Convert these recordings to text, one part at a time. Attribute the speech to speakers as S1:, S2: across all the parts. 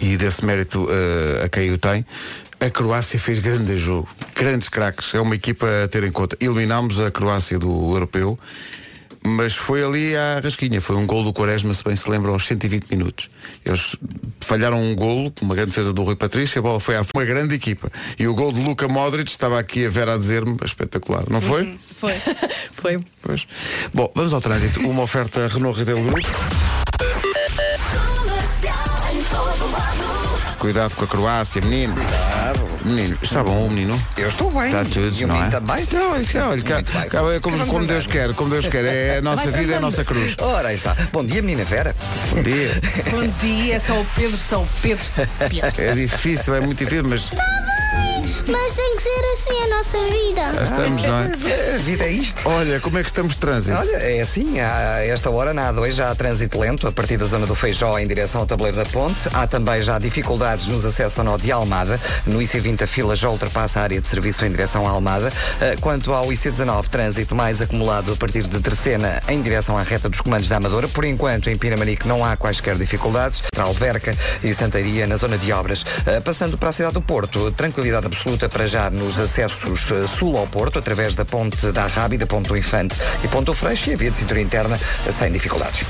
S1: e desse mérito eh, a quem o tem. A Croácia fez grande jogo, grandes craques, é uma equipa a ter em conta. Eliminámos a Croácia do europeu, mas foi ali à rasquinha, foi um gol do Quaresma, se bem se lembra, aos 120 minutos. Eles falharam um golo, com uma grande defesa do Rui Patrício, a bola foi à uma grande equipa. E o gol de Luca Modric, estava aqui a Vera a dizer-me, espetacular, não foi?
S2: Uhum.
S3: Uhum. Foi. Foi.
S1: Pois. Bom, vamos ao trânsito. Uma oferta Renault Retail Group. Cuidado com a Croácia, menino. Menino, está bom o menino?
S4: Eu estou bem.
S1: Está tudo,
S4: E o
S1: não
S4: menino tá
S1: é?
S4: também.
S1: Então, olha, cá, olha, cá,
S4: Muito tá bem.
S1: cá, é como,
S4: Vamos
S1: como
S4: andar.
S1: Deus quer, como Deus quer. É a nossa vida, é a nossa cruz.
S4: Ora, aí está. Bom dia, menina Vera.
S1: Bom dia.
S3: Bom dia, São Pedro, São Pedro, São Pedro.
S1: É difícil, é muito difícil, mas
S4: Tá
S5: Mas tem que ser assim a nossa vida.
S1: estamos, não é?
S4: Mas é, a vida é isto.
S1: Olha, como é que estamos de trânsito?
S4: Olha, é assim, a esta hora na A2 já há trânsito lento a partir da zona do Feijó em direção ao Tabuleiro da Ponte. Há também já dificuldades nos acessos ao nó de Almada. No IC20 a fila já ultrapassa a área de serviço em direção à Almada. Eh, Quanto ao IC19, trânsito mais acumulado a partir de Tercena em direção à reta dos comandos da Amadora. Por enquanto, em Pinamanique não há quaisquer dificuldades. Entre Alverca e Santaria, na zona de obras. Eh, Passando para a cidade do Porto, tranquilidade absoluta para já nos acessos eh, sul ao Porto, através da ponte da Rábida, ponto Infante e ponto Freixo e a via de cintura interna eh, sem dificuldades.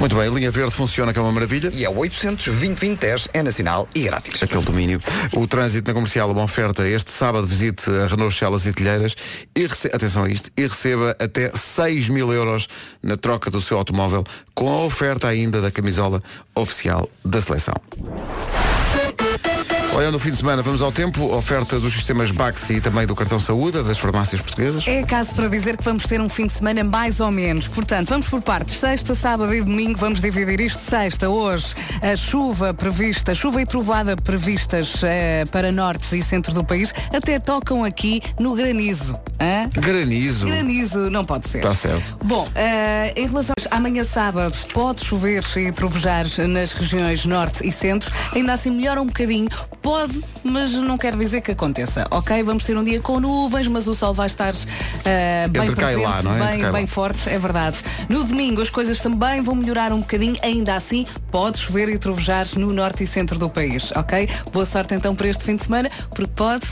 S1: Muito bem, a linha verde funciona, que é uma maravilha.
S4: E é 820 é nacional e grátis.
S1: Aquele domínio. O trânsito na comercial, uma oferta. Este sábado visite a Renault Celas e Telheiras e rece... atenção a isto, e receba até 6 mil euros na troca do seu automóvel, com a oferta ainda da camisola oficial da seleção. Olhando o fim de semana, vamos ao tempo. Oferta dos sistemas Baxi e também do cartão Saúde, das farmácias portuguesas.
S3: É caso para dizer que vamos ter um fim de semana mais ou menos. Portanto, vamos por partes. Sexta, sábado e domingo vamos dividir isto. Sexta, hoje, a chuva prevista, chuva e trovada previstas eh, para norte e centro do país, até tocam aqui no granizo. hã?
S1: Granizo.
S3: Granizo, não pode ser.
S1: Tá certo.
S3: Bom, eh, em relação a amanhã sábado, pode chover e trovejar nas regiões norte e centro. Ainda assim melhora um bocadinho. Pode, mas não quer dizer que aconteça, ok? Vamos ter um dia com nuvens, mas o sol vai estar eh, bem
S1: Entre cá e
S3: presente,
S1: lá, não é? Entre cá
S3: bem,
S1: e lá.
S3: bem forte, é verdade. No domingo as coisas também vão melhorar um bocadinho, ainda assim pode chover e trovejar no norte e centro do país, ok? Boa sorte então para este fim de semana, porque pode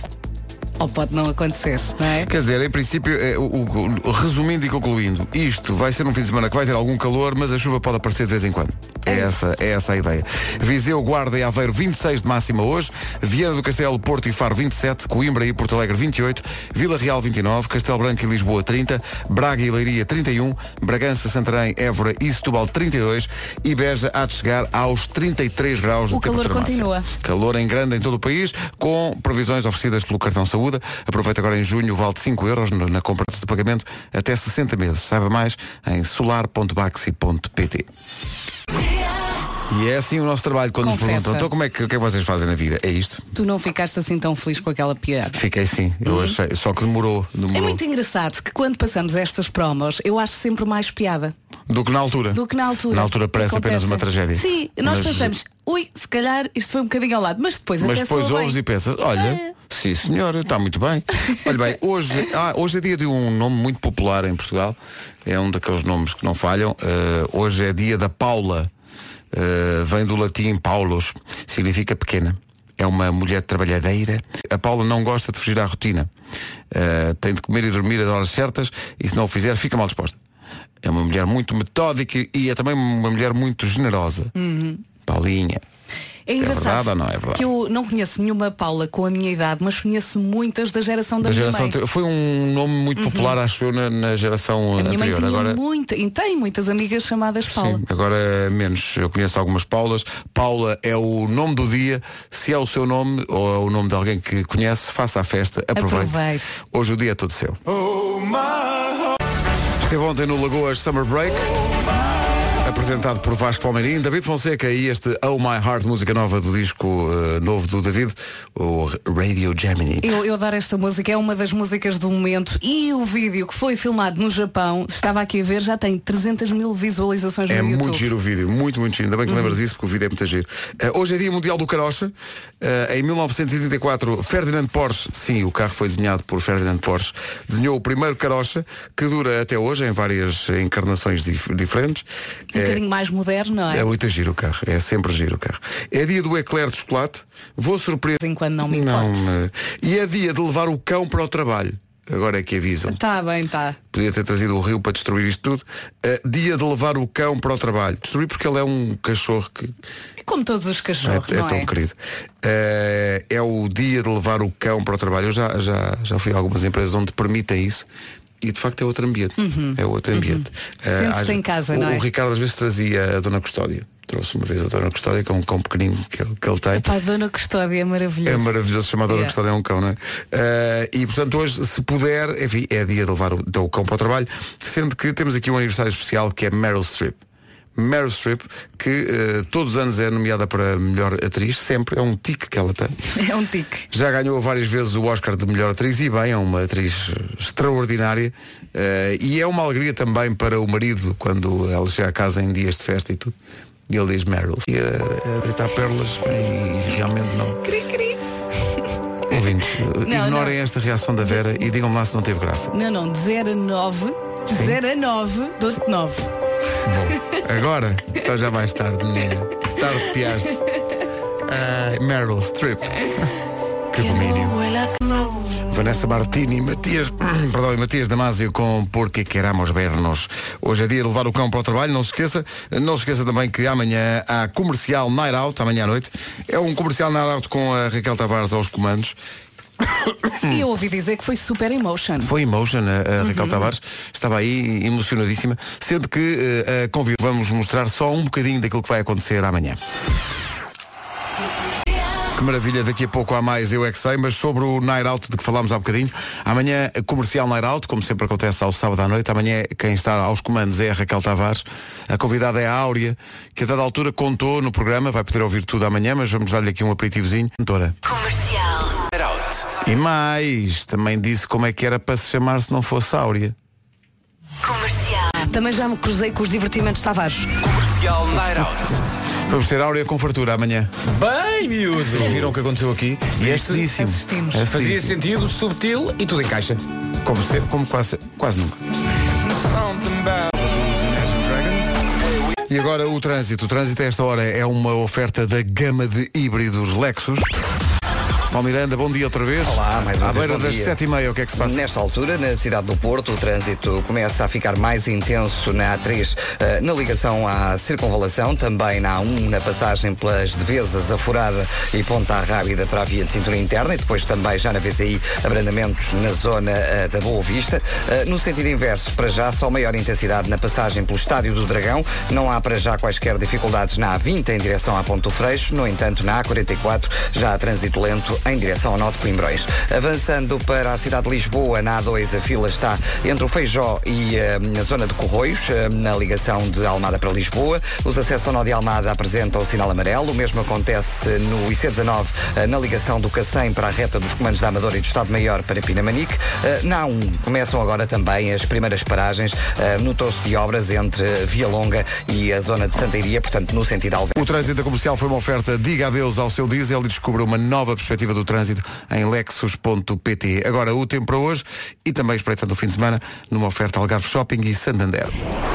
S3: ou pode não acontecer, não é?
S1: Quer dizer, em princípio, é, o- o- o- resumindo e concluindo, isto vai ser um fim de semana que vai ter algum calor, mas a chuva pode aparecer de vez em quando. É essa, é essa a ideia. Viseu, Guarda e Aveiro 26 de máxima hoje, Viana do Castelo, Porto e Faro 27, Coimbra e Porto Alegre 28, Vila Real 29, Castelo Branco e Lisboa 30, Braga e Leiria 31, Bragança, Santarém, Évora e Setúbal 32 e Beja há de chegar aos 33 graus
S3: O
S1: de temperatura
S3: calor
S1: máxima.
S3: continua.
S1: Calor em grande em todo o país, com previsões oferecidas pelo cartão Saúde. Aproveita agora em junho o vale de 5 euros no- na compra de pagamento até 60 meses. Saiba mais em solar.baxi.pt. E é assim o nosso trabalho quando nos
S3: Confessa.
S1: perguntam, então como é que, o que é que vocês fazem na vida? É isto?
S3: Tu não ficaste assim tão feliz com aquela piada.
S1: Fiquei sim, eu achei. Só que demorou,
S3: Uhum. É
S1: demorou.
S3: muito engraçado que quando passamos estas promos, eu acho sempre mais piada
S1: Do que na altura.
S3: do que na altura.
S1: Na altura parece
S3: Acontece.
S1: apenas uma tragédia.
S3: Sim, nós
S1: Mas- eh,
S3: pensamos, ui, se calhar isto foi um bocadinho ao lado, mas depois
S1: Mas
S3: até soa
S1: depois
S3: bem.
S1: ouves e pensas, olha,
S3: É.
S1: sim senhora, está muito bem. Olha bem, hoje, ah, hoje é dia de um nome muito popular em Portugal, é um daqueles nomes que não falham. Eh, hoje é dia da Paula, Eh, vem do latim Paulos, significa pequena. É uma mulher trabalhadeira. A Paula não gosta de fugir à rotina. Eh, tem de comer e dormir às horas certas e se não o fizer fica mal disposta. É uma mulher muito metódica e é também uma mulher muito generosa. Paulinha.
S3: Uhum. É engraçado
S1: verdade ou não é verdade?
S3: que eu não conheço nenhuma Paula com a minha idade, mas conheço muitas da geração da,
S1: Da
S3: minha
S1: geração
S3: mãe. Uhum.
S1: anterior. Foi um nome muito popular, acho eu, na, na geração
S3: A minha mãe
S1: anterior.
S3: tinha
S1: Agora,
S3: muita, e tem muitas amigas chamadas Paula.
S1: sim, agora é menos. Eu conheço algumas Paulas. Paula é o nome do dia. Se é o seu nome ou é o nome de alguém que conhece, faça a festa, aproveite.
S3: Aproveite.
S1: Hoje o dia é todo seu. Esteve ontem no Lagoas Summer Break. Apresentado por Vasco Palmeirim, David Fonseca e este Oh My Heart, música nova do disco eh, novo do David, o Radio Gemini.
S3: Eu, eu adoro esta música, é uma das músicas do momento e o vídeo que foi filmado no Japão, estava aqui a ver, já tem 300 mil visualizações
S1: É
S3: no YouTube.
S1: muito giro o vídeo, muito, muito giro. Ainda bem que lembras
S3: Uhum.
S1: disso, porque o vídeo é muito giro. Eh, hoje é Dia Mundial do Carocha. Eh, em 1934, Ferdinand Porsche, sim, o carro foi desenhado por Ferdinand Porsche, desenhou o primeiro carocha, que dura até hoje, em várias encarnações dif- diferentes. Eh,
S3: um bocadinho mais moderno, não é?
S1: É muito giro o carro, é sempre giro o carro. É dia do eclair de chocolate, vou surpreender.
S3: De vez em quando não me
S1: Não,
S3: importo.
S1: me- E é dia de levar o cão para o trabalho. Agora é que avisam.
S3: Está Tá bem, está.
S1: Podia ter trazido o rio para destruir isto tudo. Uh, dia de levar o cão para o trabalho. Destruir porque ele é um cachorro que
S3: Como todos os
S1: é,
S3: cachorros,
S1: é
S3: não
S1: tão
S3: é?
S1: querido. Uh, é o dia de levar o cão para o trabalho. Eu já, já, já fui a algumas empresas onde permitem isso. E de facto é outro ambiente.
S3: Uhum.
S1: É outro ambiente. Uh,
S3: Sentes-te
S1: às-
S3: em casa,
S1: o,
S3: não é?
S1: O Ricardo às vezes trazia a Dona Custódia. Trouxe uma vez a Dona Custódia, que é um cão pequenino que ele, que ele tem.
S3: Pá, Dona Custódia é maravilhoso.
S1: É maravilhoso chamar Dona
S3: Yeah.
S1: Custódia é um cão, não é? Ah, e portanto hoje, se puder, enfim, é dia de levar o, de- o cão para o trabalho, sendo que temos aqui um aniversário especial que é Meryl Streep. Meryl Streep, que eh, todos os anos é nomeada para melhor atriz, sempre, é um tique que ela tem.
S3: É um tique.
S1: Já ganhou várias vezes o Oscar de melhor atriz e bem, é uma atriz extraordinária eh, e é uma alegria também para o marido quando ela chega a casa em dias de festa e tudo. E ele diz Meryl. E a, a deitar pérolas e realmente não.
S3: Cri, cri.
S1: Ouvintes, eh,
S3: Não,
S1: ignorem esta reação da Vera e digam-me lá se não teve graça.
S3: Não, não, de 0 a 9.
S1: Sim.
S3: 0 a 9, dou-te 9.
S1: Bom, agora está já mais tarde, menina. Tarde piaste. Ai, Meryl Streep. Que domínio. Vanessa Martini, Matias, perdão, e Matias Damasio com Porque Queramos Ver-nos. Hoje é dia de levar o cão para o trabalho, não se esqueça. Não se esqueça também que amanhã há comercial Night Out, amanhã à noite. É um comercial Night Out com a Raquel Tavares aos comandos.
S3: E eu ouvi dizer que foi super emotion.
S1: Hum. Foi emotion a, a Raquel Tavares, estava aí emocionadíssima, sendo que eh, a convido, vamos mostrar só um bocadinho daquilo que vai acontecer amanhã. Que maravilha, daqui a pouco há mais Eu É Que Sei, mas sobre o Night Out de que falámos há bocadinho, amanhã a comercial Night Out, como sempre acontece ao sábado à noite, amanhã quem está aos comandos é a Raquel Tavares, a convidada é a Áurea, que a dada altura contou no programa, vai poder ouvir tudo amanhã, mas vamos dar-lhe aqui um aperitivozinho. Doutora. E mais, também disse como é que era para se chamar se não fosse Áurea.
S3: Também já me cruzei com os divertimentos Tavares.
S6: Comercial Night Out.
S1: Vamos ter Áurea com fartura amanhã.
S6: Bem,
S1: Vocês
S6: miúdo.
S1: viram o que aconteceu aqui? E é cedíssimo.
S3: Assistimos.
S1: É
S6: Fazia
S1: cedíssimo.
S6: sentido, subtil e tudo encaixa.
S1: Como, sempre, como quase, quase nunca. E agora o trânsito. O trânsito a esta hora é uma oferta da gama de híbridos Lexus. Paulo Miranda, bom dia outra vez.
S4: Olá, mais uma
S1: À
S4: vez,
S1: beira
S4: bom
S1: das
S4: dia.
S1: sete e meia, o que é que se passa?
S4: Nesta altura, na cidade do Porto, o trânsito começa a ficar mais intenso na A3, eh, na ligação à circunvalação, também na A1, na passagem pelas Devesas, a Furada e Ponta Rábida para a via de cintura interna e depois também já na VCI, abrandamentos na zona eh, da Boa Vista. Eh, No sentido inverso, para já, só maior intensidade na passagem pelo Estádio do Dragão. Não há para já quaisquer dificuldades na A20 em direção à Ponte do Freixo, no entanto, na A44 já há trânsito lento em direção ao Norte de Coimbrões. Avançando para a cidade de Lisboa, na A2 a fila está entre o Feijó e eh, na zona de Corroios, eh, na ligação de Almada para Lisboa. Os acessos ao nó de Almada apresentam o sinal amarelo. O mesmo acontece no IC19, eh, na ligação do Cacém para a reta dos comandos da Amadora e do Estado-Maior para Pinamanique. Eh, Na A1 começam agora também as primeiras paragens eh, no torso de obras entre Via Longa e a zona de Santa Iria, portanto, no sentido alve.
S1: O trânsito da comercial foi uma oferta. Diga adeus ao seu diesel e descubra uma nova perspectiva do trânsito em lexus.pt. Agora, o tempo para hoje e também espreitando o fim de semana numa oferta Algarve Shopping e Santander.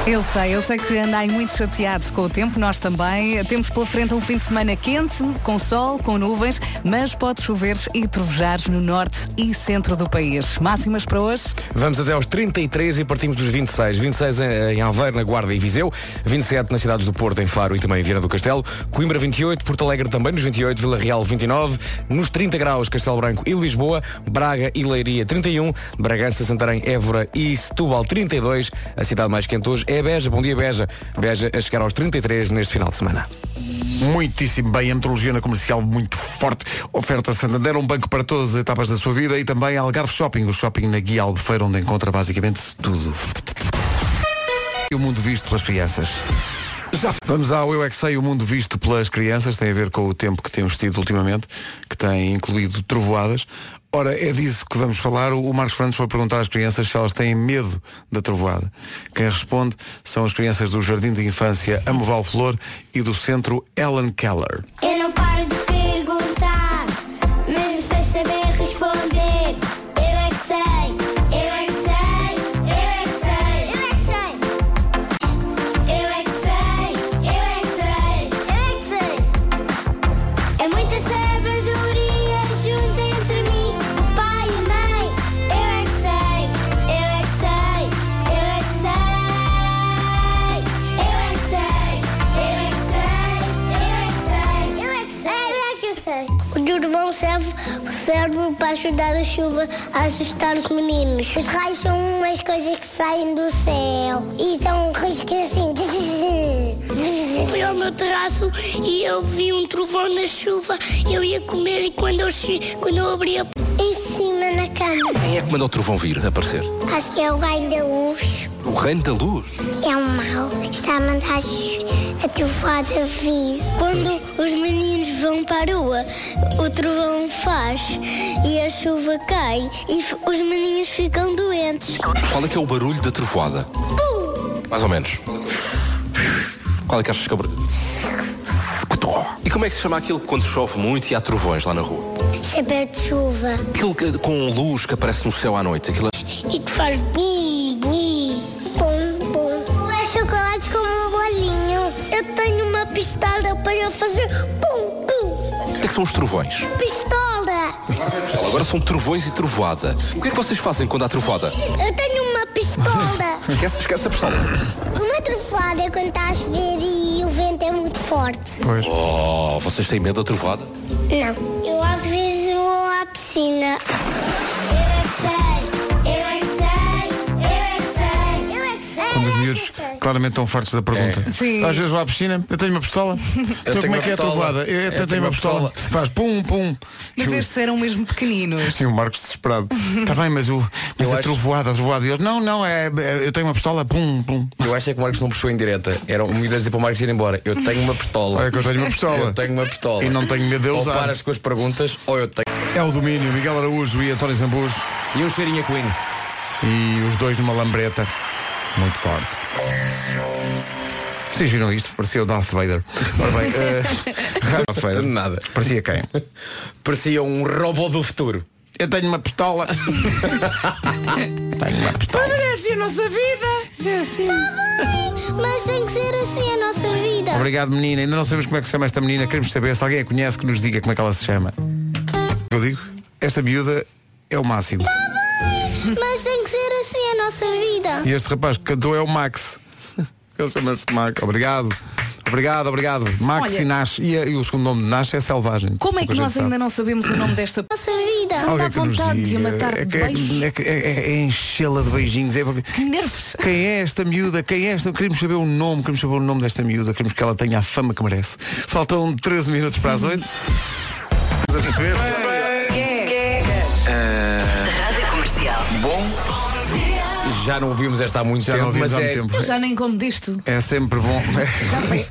S3: Eu sei, eu sei que andai muito chateado com o tempo, nós também. Temos pela frente um fim de semana quente, com sol, com nuvens, mas pode chover e trovejar no norte e centro do país. Máximas para hoje?
S6: Vamos até aos 33 e partimos dos 26. 26 em- em Aveiro, na Guarda e Viseu. 27 nas cidades do Porto, em Faro e também em Viana do Castelo. Coimbra 28, Porto Alegre também nos 28, Vila Real 29. Nos 30 graus, Castelo Branco e Lisboa. Braga e Leiria 31. Bragança, Santarém, Évora e Setúbal 32. A cidade mais quente hoje é Beja. Bom dia, Beja. Beja a chegar aos 33 neste final de semana.
S1: Muitíssimo bem, a metrologia na comercial muito forte. Oferta Santander, um banco para todas as etapas da sua vida e também Algarve Shopping, o shopping na Guia Albufeira, onde encontra basicamente tudo. E o mundo visto pelas crianças. Já vamos ao Eu É Que Sei, o mundo visto pelas crianças, tem a ver com o tempo que temos tido ultimamente, que tem incluído trovoadas. Ora, é disso que vamos falar. O o Marcos Fernandes foi perguntar às crianças se elas têm medo da trovoada. Quem responde são as crianças do Jardim de Infância Amoval Flor e do Centro Ellen Keller.
S5: Eu não paro de perguntar, mesmo sem saber responder. Eu é que sei, eu é que sei, eu é que é sei, eu é que sei. Eu é que sei, É é é é sei. O Durmão serve, serve para ajudar a chuva a assustar os meninos. Os raios são umas coisas que saem do céu e são riscos assim. Fui ao meu terraço e eu vi um trovão na chuva. Eu ia comer e quando eu, che- quando eu abri a... Em cima na cama.
S7: Quem é que mandou o trovão vir aparecer?
S5: Acho que é o raio da luz.
S7: O reino da luz.
S5: É um mal, está a mandar a trovada vir. Quando os meninos vão para a rua, o trovão faz e a chuva cai e f- os meninos ficam doentes.
S7: Qual é que é o barulho da trovoada? Mais ou menos. Qual é que achas que é o barulho? E como é que se chama aquilo que quando chove muito e há trovões lá na rua?
S5: Chapéu É de chuva.
S7: Aquilo que- com luz que aparece no céu à noite. Aquilo... é-
S5: E que faz bum, bum. Bum, bum. Não é chocolate como um bolinho. Eu tenho uma pistola para eu fazer bum, bum.
S7: O que é que são os trovões?
S5: Pistola!
S7: Pessoal, Agora são trovões e trovoada. O que é que vocês fazem quando há trovoada?
S5: Eu tenho uma pistola!
S7: Esquece, esquece a pistola.
S5: Uma trovoada é quando está a chover e o vento é muito forte.
S7: Oh, vocês têm medo da trovada?
S5: Não. Eu às vezes vou à piscina. Eu é que sei, eu é que sei, eu é que sei, eu é que sei.
S1: Como os Um miúdos claramente estão fortes da pergunta.
S3: Sim.
S1: Às vezes vou à piscina, eu tenho uma pistola. então
S6: tenho
S1: como é
S6: uma
S1: que é a
S6: pistola.
S1: trovada? Eu, eu tenho, uma pistola. Faz pum, pum.
S3: Mas
S1: E o-
S3: estes eram mesmo pequeninos.
S1: E o Marcos desesperado. Está bem, mas, o, mas
S6: Eu
S1: a
S6: acho-
S1: trovoada, a trovoada. E eles, não, não, é, é- eu tenho uma pistola, pum, pum.
S6: Eu acho é que o Marcos não puxou em direta. Era um miúdo a dizer para o Marcos ir embora. Eu tenho uma pistola.
S1: É que eu tenho uma pistola.
S6: Eu tenho uma pistola.
S1: E não tenho medo de
S6: Ou
S1: usar.
S6: paras com as perguntas, ou eu tenho.
S1: É o domínio, Miguel Araújo e António Zambujo.
S6: E um cheirinho a Queen.
S1: E os dois numa lambreta. Muito forte. Vocês viram isto? Parecia o Darth Vader. Ora bem, eh, Darth Vader.
S6: Nada.
S1: Parecia quem?
S6: Parecia um robô do futuro.
S1: Eu tenho uma pistola. tenho uma pistola.
S5: Mas tem que ser assim a nossa vida.
S1: Obrigado, menina. Ainda não sabemos como é que se chama esta menina. Queremos saber se alguém a conhece que nos diga como é que ela se chama. Eu digo, esta miúda é o máximo.
S5: Mas tem que ser assim a nossa vida.
S1: E este rapaz que cantou é o Max. Ele chama-se Max. Obrigado. Obrigado, obrigado. Max
S3: Olha-
S1: e Nash. E, e o segundo nome de Nash é Selvagem.
S3: Como é
S1: Pouca
S3: que
S1: gente
S3: nós
S1: sabe.
S3: ainda não sabemos o nome desta
S5: Nossa vida.
S3: Não dá
S1: Alguém que nos
S3: vontade de a
S1: diga.
S3: matar
S1: é,
S3: de
S1: que- é,
S3: beijos.
S1: que- é, é- é enchê-la de beijinhos. É porque-
S3: Que nervos.
S1: Quem é esta miúda? Quem é esta? Queremos saber o nome, queremos saber o nome desta miúda, queremos que ela tenha a fama que merece. Faltam 13 minutos para as 8.
S8: Rádio Comercial.
S6: Já não ouvimos esta há muito
S1: Já
S6: tempo,
S1: não ouvimos
S6: mas
S1: há
S6: é.
S1: muito tempo.
S3: Eu já nem como disto.
S1: É sempre bom.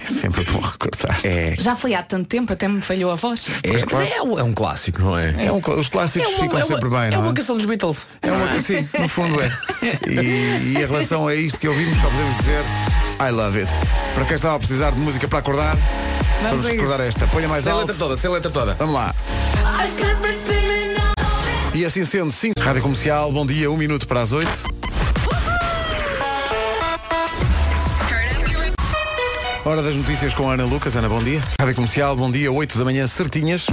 S1: É sempre bom recordar.
S6: É.
S3: Já foi há tanto tempo, até me falhou a voz.
S6: É, mas é, um- é um clássico, não é?
S1: É um cla- os clássicos ficam sempre bem,
S6: é
S1: não é?
S6: uma canção dos Beatles.
S1: É uma coisa sim, no fundo é. E, e em relação a isto que ouvimos, só podemos dizer I love it. Para quem estava a precisar de música para acordar, vamos,
S3: a isso.
S1: recordar esta. Ponha mais
S6: Sem
S1: alto.
S6: letra toda, sem letra toda.
S1: Vamos lá. E assim sendo, sim. Rádio Comercial, bom dia, um minuto para as oito. Hora das notícias com a Ana Lucas. Ana, bom dia. Rádio Comercial, bom dia, 8 da manhã, certinhas.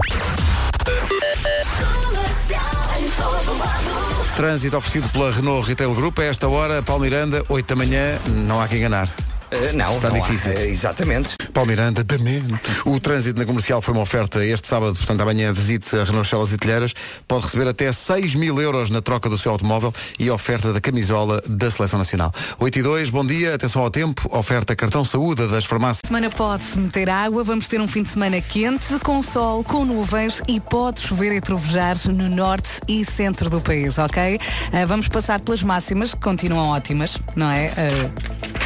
S1: Trânsito oferecido pela Renault Retail Group. A esta hora, Paulo Miranda, 8 da manhã, não há que enganar.
S4: Eh, não,
S1: Está
S4: não há.
S1: difícil.
S4: Eh, exatamente.
S1: Paulo Miranda, também. O trânsito na comercial foi uma oferta este sábado, portanto amanhã visite a Renault Celas e Telheiras. Pode receber até 6 mil euros na troca do seu automóvel e oferta da camisola da Seleção Nacional. 8 e 2, bom dia, atenção ao tempo. Oferta cartão saúde das farmácias.
S3: Semana pode-se meter água, vamos ter um fim de semana quente, com sol, com nuvens e pode chover e trovejar no norte e centro do país, ok? Ah, vamos passar pelas máximas, que continuam ótimas, não é? Ah,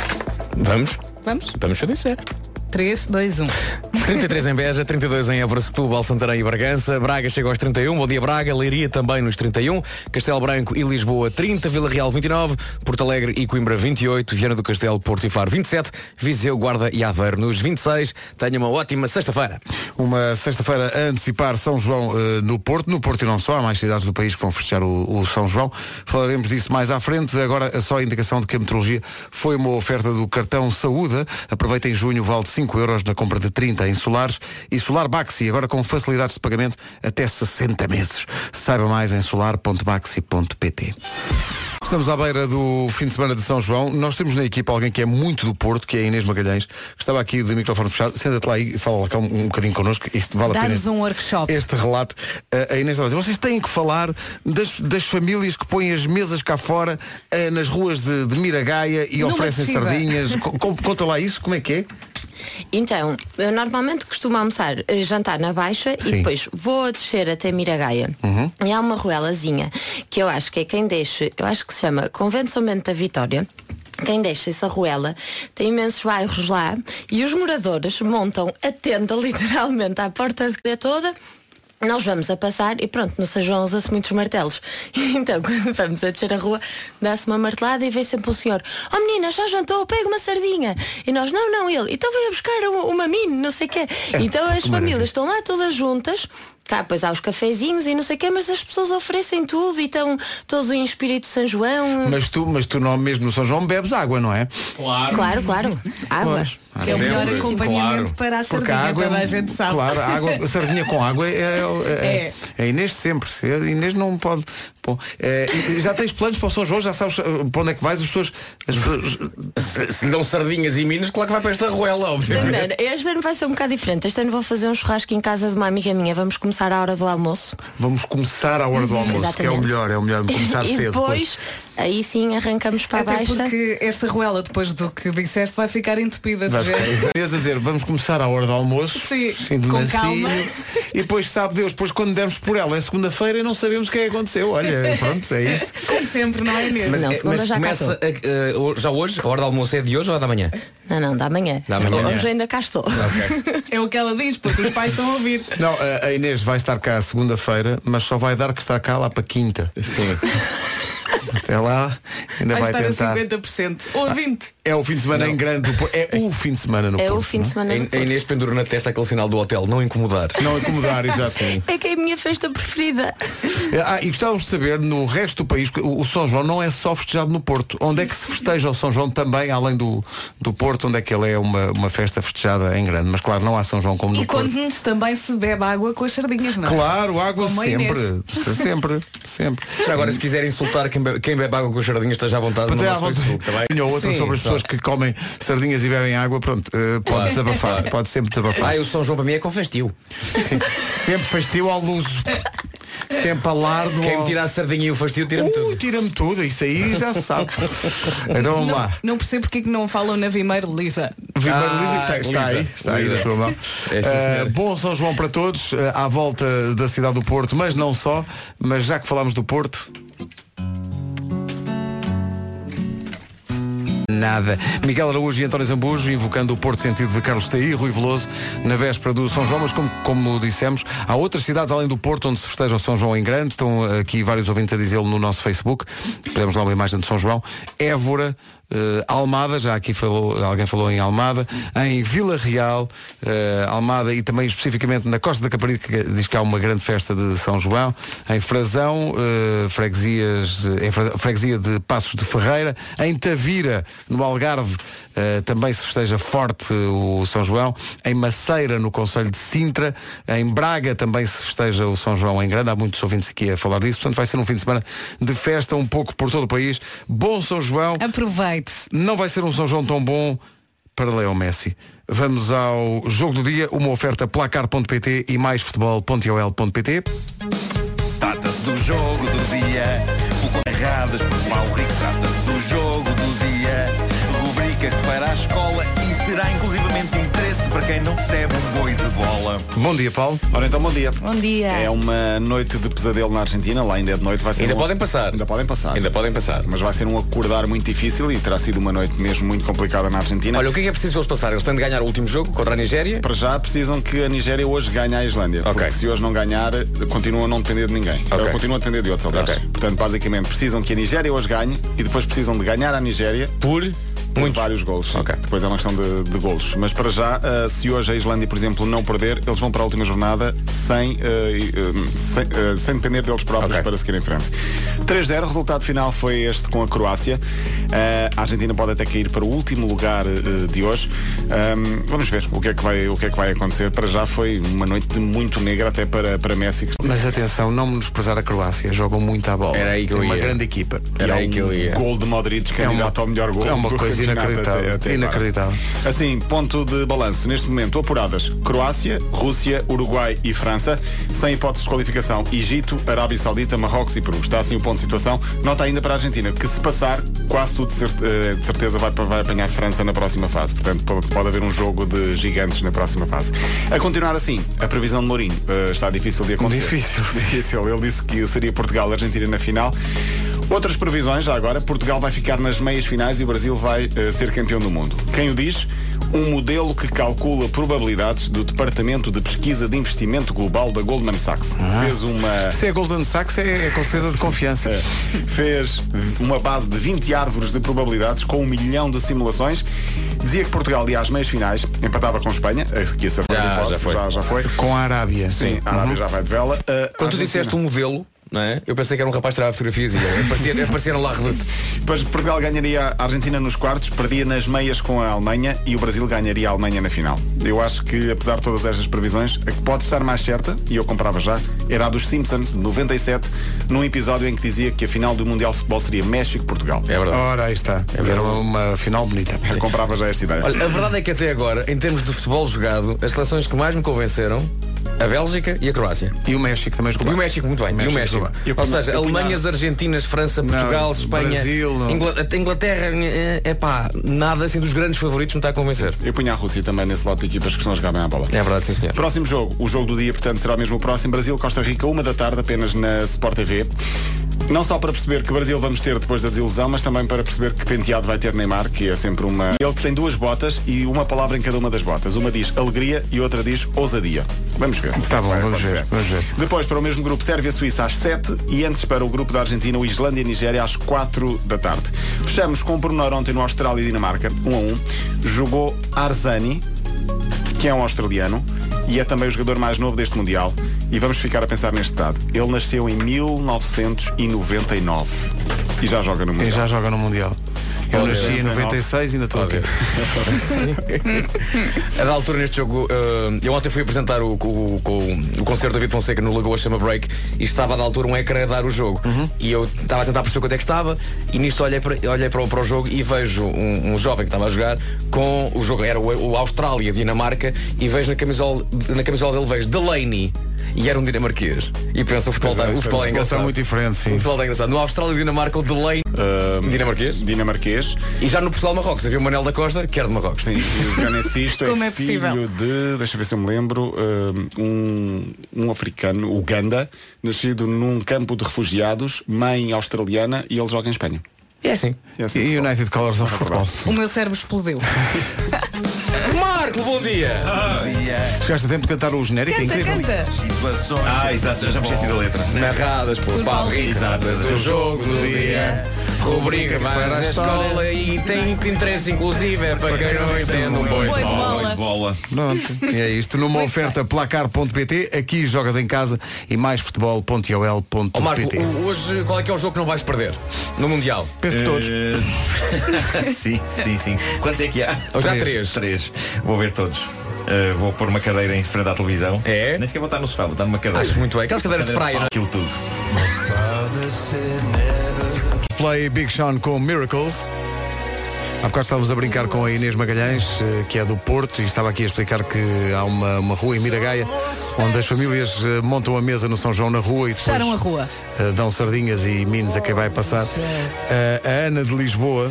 S6: Vamos?
S3: vamos?
S6: Vamos saber se é.
S3: 3, 2, 1.
S6: 33 em Beja, 32 em Évora, Setúbal, Santarém e Bargança. Braga chega aos 31. Bom dia, Braga. Leiria também nos 31. Castelo Branco e Lisboa, 30. Vila Real, 29. Porto Alegre e Coimbra, 28. Viana do Castelo, Porto e Faro, 27. Viseu, Guarda e Aveiro, nos 26. Tenha uma ótima sexta-feira.
S1: Uma sexta-feira a antecipar São João eh, no Porto. No Porto e não só, há mais cidades do país que vão festejar o, o São João. Falaremos disso mais à frente. Agora, só a indicação de que a metrologia foi uma oferta do cartão Saúde. Aproveita em junho, vale 5 euros na compra de 30 em solares. E Solar Baxi, agora com facilidades de pagamento até 60 meses. Saiba mais em solar.baxi.pt. Estamos à beira do fim de semana de São João. Nós temos na equipa alguém que é muito do Porto, que é a Inês Magalhães, que estava aqui de microfone fechado. Senta-te lá e fala lá cá um, um bocadinho connosco. Isto vale a pena.
S3: Dá-nos um workshop.
S1: Este relato, a- a Inês estava a dizer, vocês têm que falar das, das famílias que põem as mesas cá fora, eh, nas ruas de, de Miragaia e
S3: Numa
S1: oferecem
S3: descida."
S1: sardinhas. Co- co- conta lá isso, como é que é?
S8: Então, eu normalmente costumo almoçar, eh, jantar na Baixa
S1: Sim.
S8: e depois vou a descer até Miragaia. E há uma ruelazinha que eu acho que é quem deixa, eu acho que se chama Convento Somente da Vitória. Quem deixa essa ruela tem imensos bairros lá e os moradores montam a tenda literalmente à porta de toda. Nós vamos a passar e pronto, no São João usa-se muitos martelos. Então, quando vamos a descer a rua, dá-se uma martelada e vem sempre o senhor, oh menina, já jantou, pega uma sardinha. E nós, não, não, ele, então veio buscar uma, uma mina, não sei o quê. então as famílias estão lá todas juntas, cá pois há os cafezinhos e não sei o quê, mas as pessoas oferecem tudo e estão todos em espírito de São João.
S1: Mas tu, mas tu não, mesmo no São João bebes água, não é?
S8: Claro, claro. Água.
S3: É o melhor
S6: Sempre,
S3: acompanhamento
S6: claro.
S3: para a
S1: Porque
S3: sardinha,
S1: a água
S3: toda
S1: é,
S3: a gente sabe.
S1: Claro, a água, sardinha com água é, é,
S3: É.
S1: é a Inês de sempre. A Inês não pode. Bom, eh, já tens planos para o São João, já sabes eh, para onde é que vais, as pessoas. As pessoas
S6: Se, se lhe dão sardinhas e minas, claro que vai para esta roela,
S1: É
S8: Não,
S6: obviamente.
S8: não, Este ano vai ser um bocado diferente. Este ano vou fazer um churrasco em casa de uma amiga minha. Vamos começar à hora do almoço. Uhum,
S1: vamos começar à hora do almoço, que é o
S8: Exatamente.
S1: melhor, é o melhor começar
S8: e
S1: cedo.
S8: depois, aí sim arrancamos para
S3: Até
S8: baixo.
S3: porque esta ruela, depois do que disseste, vai ficar entupida de
S1: Vai ficar
S3: gente.
S1: aí. Inês a dizer, vamos começar à hora do almoço,
S3: Sim,
S1: sim, de
S3: com
S1: mansinho,
S3: calma.
S1: e depois sabe Deus, depois quando demos por ela é segunda-feira e não sabemos o que é que aconteceu. Olha, pronto, é isto.
S3: Como sempre, não é mesmo?
S8: Mas- Não, segunda já
S6: começa
S8: cá
S6: a- a- ho- já hoje, a hora do almoço é de hoje ou é da manhã?
S8: Não, não, da manhã.
S6: Da manhã.
S8: Hoje ainda cá estou.
S3: É o que ela diz, porque os pais estão a ouvir.
S1: Não, a- a Inês vai estar cá segunda-feira, mas só vai dar que está cá lá para quinta.
S6: Sim.
S1: Até lá, ainda vai,
S3: Vai, estar
S1: tentar.
S3: a 50% ou a 20%.
S1: É o fim de semana em grande do Porto. É o fim de semana no
S8: É
S1: Porto.
S8: o fim de semana. do
S6: A
S8: Porto.
S6: Inês pendura na testa aquele sinal do hotel, não incomodar.
S1: não é? Não acomodar, exato.
S8: É que é a minha festa preferida.
S1: Ah, e gostávamos de saber, no resto do país, o o São João não é só festejado no Porto. Onde é que se festeja o São João também, além do, do Porto, onde é que ele é uma, uma festa festejada em grande? Mas claro, não há São João como no
S3: E
S1: Porto.
S3: conte-nos também se bebe água com as sardinhas, não é?
S1: Claro, água
S3: Como a
S1: sempre. Sempre, sempre.
S6: Já agora, se quiser insultar quem bebe, quem bebe água com sardinhas, esteja à vontade no
S1: Mas é à
S6: nosso
S1: vontade.
S6: Facebook, tá bem?
S1: Tinha outra
S6: Sim,
S1: sobre as
S6: só.
S1: pessoas que comem sardinhas e bebem água, pronto, eh, pode desabafar, pode sempre desabafar.
S6: Ah, o São João para mim é com festio.
S1: Sempre festivo ao luso. Sempre alardo.
S6: Quem
S1: ao-
S6: me tira a sardinha e o fastio, tira-me
S1: Uh,
S6: tudo.
S1: tira-me tudo, isso aí já se sabe. Então vamos lá.
S3: Não percebo porque é que não falam na Vimeiro, Lisa.
S1: Viva
S6: Ah,
S1: Lisa, que está, está
S6: Lisa,
S1: aí, está aí
S6: Lisa.
S1: na tua mão.
S6: É, sim,
S1: Eh,
S6: senhora.
S1: bom São João para todos, eh, à volta da cidade do Porto, mas não só. Mas já que falámos do Porto. Nada. Miguel Araújo e António Zambujo invocando o Porto Sentido de Carlos Taí, Rui Veloso, na véspera do São João, mas como, como dissemos, há outras cidades além do Porto onde se festeja o São João em grande, estão eh, aqui vários ouvintes a dizê-lo no nosso Facebook, pusemos lá uma imagem de São João, Évora, eh, Almada, já aqui falou, alguém falou em Almada, em Vila Real, eh, Almada e também especificamente na Costa da Caparica, que diz que há uma grande festa de São João, em Frazão, eh, freguesias, eh, em Fra- freguesia de Passos de Ferreira, em Tavira, no Algarve, eh, também se festeja forte eh, o São João, em Maceira, no Conselho de Sintra, em Braga também se festeja o São João em grande, há muitos ouvintes aqui a falar disso, portanto vai ser um fim de semana de festa um pouco por todo o país. Bom São João!
S3: Aproveite.
S1: não vai ser um São João tão bom para Leo Messi. Vamos ao jogo do dia, uma oferta placar.pt e mais futebol.ol.pt.
S9: Trata-se do jogo do dia. O com erradas por Paulo Rico. Trata-se do jogo do dia. Rubrica que fará a escola e terá inclusivamente interesse para quem não recebe um boi de bola.
S1: Bom dia, Paulo.
S10: Ora então, bom dia.
S3: Bom dia.
S10: É uma noite de pesadelo na Argentina, lá ainda é de noite, vai ser
S6: Ainda
S10: um-
S6: podem passar.
S10: Ainda podem passar.
S6: Ainda podem passar.
S10: Mas vai ser um acordar muito difícil e terá sido uma noite mesmo muito complicada na Argentina.
S6: Olha, o que é que é preciso para eles passarem? Eles têm de ganhar o último jogo contra a Nigéria.
S10: Para já precisam que a Nigéria hoje ganhe a Islândia.
S6: Ok.
S10: Porque se hoje não ganhar, continua a não depender de ninguém.
S6: Ok.
S10: Ou Continua a depender de outros, aliás.
S6: Ok.
S10: Portanto, basicamente, precisam que a Nigéria hoje ganhe e depois precisam de ganhar a Nigéria
S6: Por Muitos.
S10: Vários golos. sim.
S6: Ok.
S10: Depois é uma questão de, de golos. Mas para já, ah, se hoje a Islândia, por exemplo, não perder, eles vão para a última jornada sem, ah, e, ah, sem, ah, sem depender deles próprios
S6: Ok.
S10: para seguir em frente. 3-0, o resultado final foi este com a Croácia. Ah, a Argentina pode até cair para o último lugar ah, de hoje. Ahm, vamos ver o que, é que vai, o que é que vai acontecer. Para já foi uma noite muito negra até para, para Messi. que
S1: Mas atenção, não menosprezar a Croácia, jogam muito à bola.
S6: Era aí que
S1: Tem
S6: eu
S1: uma
S6: ia.
S1: grande equipa.
S6: Era
S10: Era
S6: aí
S10: um
S6: que eu ia.
S10: gol de Modric que
S1: É
S10: é
S1: uma-
S10: ao melhor gol
S1: é uma
S10: do campeonato
S1: coisa inacreditável,
S10: até- até agora.
S1: inacreditável.
S10: Assim, ponto de balanço. Neste momento, apuradas Croácia, Rússia, Uruguai e França. Sem hipóteses de qualificação, Egito, Arábia Saudita, Marrocos e Peru. Está assim o ponto de situação. Nota ainda para a Argentina, que se passar, quase tudo de cer- eh, de certeza vai, vai apanhar França na próxima fase. Portanto, po- pode haver um jogo de gigantes na próxima fase. A continuar assim, a previsão de Mourinho eh, está difícil de acontecer.
S1: Difícil.
S10: Difícil. é Ele disse que seria Portugal e Argentina na final. Outras previsões, já agora, Portugal vai ficar nas meias finais e o Brasil vai eh, ser campeão do mundo. Quem o diz? Um modelo que calcula probabilidades do Departamento de Pesquisa de Investimento Global da Goldman Sachs.
S6: Ah.
S10: Fez uma.
S1: Se é Golden Sachs, é, é com certeza de confiança.
S6: É
S10: Eh, fez uma base de 20 árvores de probabilidades com um milhão de simulações. Dizia que Portugal ia às meias finais, empatava com Espanha, eh, que essa foi
S6: Já,
S10: a hipótese,
S6: já foi.
S10: Já, já foi.
S1: Com a Arábia. Uhum.
S10: Sim, a Arábia já vai de vela. Eh,
S6: Quando tu
S10: Argentina-
S6: disseste um modelo, não é? Eu pensei que era um rapaz que tirava fotografias e ele aparecia, apareceram lá reduto.
S10: Depois Portugal ganharia a Argentina nos quartos, perdia nas meias com a Alemanha e o Brasil ganharia a Alemanha na final. Eu acho que, apesar de todas estas previsões, a que pode estar mais certa, e eu comprava já, era a dos Simpsons, de 97, num episódio em que dizia que a final do Mundial de Futebol seria México-Portugal.
S6: É verdade.
S1: Ora, aí está. Era uma, uma final bonita.
S10: Eu comprava já esta ideia.
S6: Olha, a verdade é que até agora, em termos de futebol jogado, as seleções que mais me convenceram, a Bélgica e a Croácia.
S1: E o México também jogou.
S6: E o
S1: bem.
S6: México, muito bem. e o México.
S1: jogou bem.
S6: Ou seja,
S10: eu punha-
S6: Alemanhas, Argentinas, França, Portugal, Espanha,
S1: Brasil, não.
S6: Ingla- até Inglaterra, é pá, nada assim dos grandes favoritos me está a convencer.
S10: Eu punha a Rússia também nesse lado de equipas que estão a jogar bem à bola.
S6: É verdade, sim senhor.
S10: Próximo jogo, o jogo do dia, portanto, será mesmo o próximo. Brasil-Costa Rica, uma da tarde, apenas na Sport TV. Não só para perceber que Brasil vamos ter depois da desilusão, mas também para perceber que penteado vai ter Neymar, que é sempre uma. Ele que tem duas botas e uma palavra em cada uma das botas. Uma diz alegria e outra diz ousadia. Vamos ver.
S1: Tá bom,
S10: Vai
S1: vamos ver,
S10: acontecer.
S1: vamos ver.
S10: Depois para o mesmo grupo Sérvia-Suíça às 7 e antes para o grupo da Argentina, o Islândia e Nigéria às 4 da tarde. Fechamos com um pormenor ontem no Austrália e Dinamarca, 1 a 1. Jogou Arzani, que é um australiano e é também o jogador mais novo deste Mundial. E vamos ficar a pensar neste dado. Ele nasceu em 1999 e já joga no
S1: E
S10: Mundial. é
S1: já joga no Mundial. Eu
S6: Olha,
S1: nasci em 96 e ainda estou aqui.
S6: A da altura neste jogo, eh, eu ontem fui apresentar o, o, o- o concerto da David Fonseca no Lagoa Chama Break e estava a da altura um ecrã a dar o jogo.
S10: Uhum.
S6: E eu estava a tentar perceber quanto é que estava e nisto olhei para, olhei para, o, para o jogo e vejo um, um jovem que estava a jogar com o jogo, era o, o Austrália, Dinamarca, e vejo na camisola, na camisola dele vejo Delaney e era um dinamarquês. E penso, o futebol,
S10: Pois é,
S6: está, o futebol é
S1: Eles
S6: engraçado.
S1: são muito diferentes,
S6: O
S1: sim.
S6: futebol é engraçado. No Austrália e Dinamarca, o Delaney
S10: Ahm,
S6: dinamarquês.
S10: Dinamarquês.
S6: E já no Portugal-Marrocos havia o Manel da Costa, que era de Marrocos.
S10: Sim, e o Gana Sisto
S3: Como
S10: é,
S3: é
S10: filho
S3: possível?
S10: de, deixa eu ver se eu me lembro, ahm, um, um africano, Uganda, nascido num campo de refugiados, mãe australiana e ele joga em Espanha.
S6: É assim.
S10: É assim que
S1: E
S10: se
S1: United Colors of Football.
S3: O meu cérebro explodiu.
S6: Marco, bom dia!
S1: Chegaste a tempo de cantar o genérico, é
S3: Canta,
S1: incrível.
S3: canta.
S9: Situações. Ah, exato, já, já me esqueci da letra.
S6: Narradas por Paulo Ricardo do jogo do dia. Rubrica para a escola e tem um interesse inclusive é para quem não entende um boi.
S3: Boi de
S9: Bola
S3: bola.
S9: de bola.
S1: Pronto, é isto. Numa oferta placar.pt, aqui jogas em casa e mais
S6: Ó Marco,
S1: futebol.ol.pt.
S6: o- hoje qual é que é o jogo que não vais perder? No Mundial?
S1: Penso que todos.
S9: Eh, sim, sim, sim. Quantos é que há?
S6: Hoje há três.
S9: Três. Vou ver todos. Eh, vou pôr uma cadeira em frente à televisão.
S6: É?
S9: Nem sequer vou estar no sofá, vou estar numa cadeira.
S6: Acho muito bem. Aquelas cadeiras de praia, não é?
S9: Aquilo tudo.
S1: Play Big Sean com Miracles. Há bocado estávamos a brincar com a Inês Magalhães, eh, que é do Porto, e estava aqui a explicar que há uma, uma rua em Miragaia onde as famílias eh, montam a mesa no São João na rua e depois
S3: Fecharam a rua.
S1: eh, dão sardinhas e minos a quem vai passar. Eh, a Ana de Lisboa,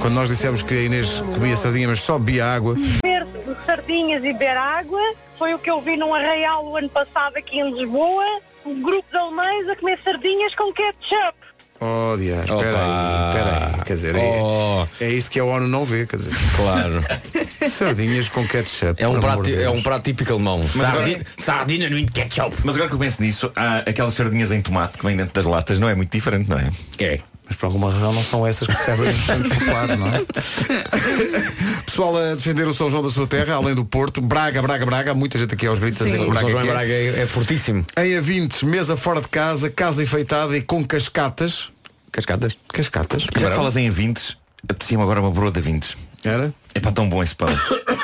S1: quando nós dissemos que a Inês comia sardinha, mas só bebia água,
S2: Comer sardinhas e beber água foi o que eu vi num arraial o ano passado aqui em Lisboa. Um grupo de alemães a comer sardinhas com ketchup.
S1: oh dias, espera aí,
S6: Opa.
S1: espera aí, quer dizer,
S6: Oh.
S1: é, é isto que a ONU não vê, quer dizer,
S6: Claro.
S1: sardinhas com ketchup.
S6: É um,
S1: por amor
S6: prato,
S1: de
S6: é
S1: Deus.
S6: um prato típico alemão. Sardinha, sardinha no ketchup.
S9: Mas agora que eu penso nisso, há aquelas sardinhas em tomate que vêm dentro das latas, não é muito diferente, não é?
S6: É.
S1: Mas por alguma razão não são essas que servem os santos populares, não é? Pessoal a defender o São João da sua terra, além do Porto, Braga, Braga, Braga, há muita gente aqui aos gritos a dizer que
S6: O São
S1: Braga,
S6: João em
S1: que é.
S6: Braga é, é fortíssimo.
S1: Em Avintes, mesa fora de casa, casa enfeitada e com cascatas.
S6: Cascadas.
S1: Cascatas?
S9: Já que falas em vintes, aprecia-me agora uma broa de vintes.
S1: Era?
S9: É para tão bom esse pão.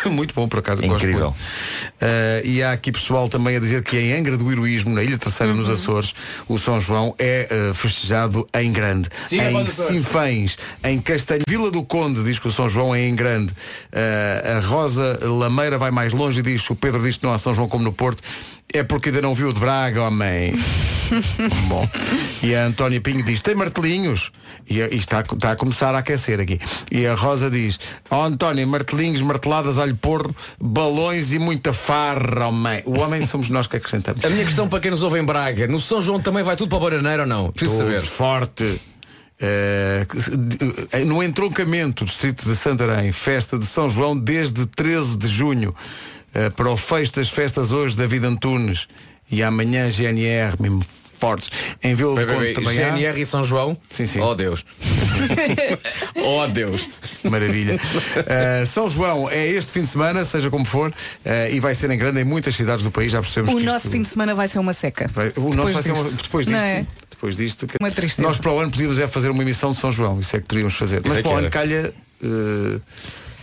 S1: Muito bom, por acaso. eu
S9: Incrível.
S1: Gosto muito. Ah, e há aqui pessoal também a dizer que em Angra do Heroísmo, na Ilha Terceira, nos Açores, o São João é ah, festejado em grande. em Sinfãs, em Castanho, Vila do Conde, diz que o São João é em grande. Ah, a Rosa Lameira vai mais longe e diz, o Pedro diz que não há São João como no Porto. É porque ainda não viu o de Braga, homem. Bom, e a Antónia Pinho diz, tem martelinhos. E, a- e está, a co- está a começar a aquecer aqui. E a Rosa diz, ó Antónia, martelinhos, marteladas, alho porro, balões e muita farra, homem. O homem somos nós que acrescentamos.
S6: A minha questão para quem nos ouve em Braga, no São João também vai tudo para o Baraneiro ou não? Preciso
S1: Tudo
S6: saber.
S1: forte. Eh, que se- de- eh, no entroncamento do distrito de Santarém, festa de São João desde 13 de junho. Eh, para o fecho das festas hoje, David Antunes. E amanhã GNR, mesmo fortes. Em Vila do
S6: Peraí,
S1: Conde
S6: peraí,
S1: também há.
S6: GNR e São João?
S1: Sim, sim.
S6: Oh Deus. oh Deus.
S1: Maravilha. Uh, São João é este fim de semana, seja como for, uh, e vai ser em grande em muitas cidades do país. Já percebemos
S3: O
S1: que
S3: nosso
S1: isto...
S3: fim de semana vai ser uma seca.
S1: vai- O nosso
S3: Depois
S1: vai ser uma-
S3: disto.
S1: depois
S3: Não
S1: disto.
S3: é?
S1: Depois disto. que-
S3: Uma tristeza.
S1: Nós para o ano podíamos é fazer uma emissão de São João, isso é que podíamos fazer. Mas
S6: é que
S1: para o ano
S6: era.
S1: calha. uh,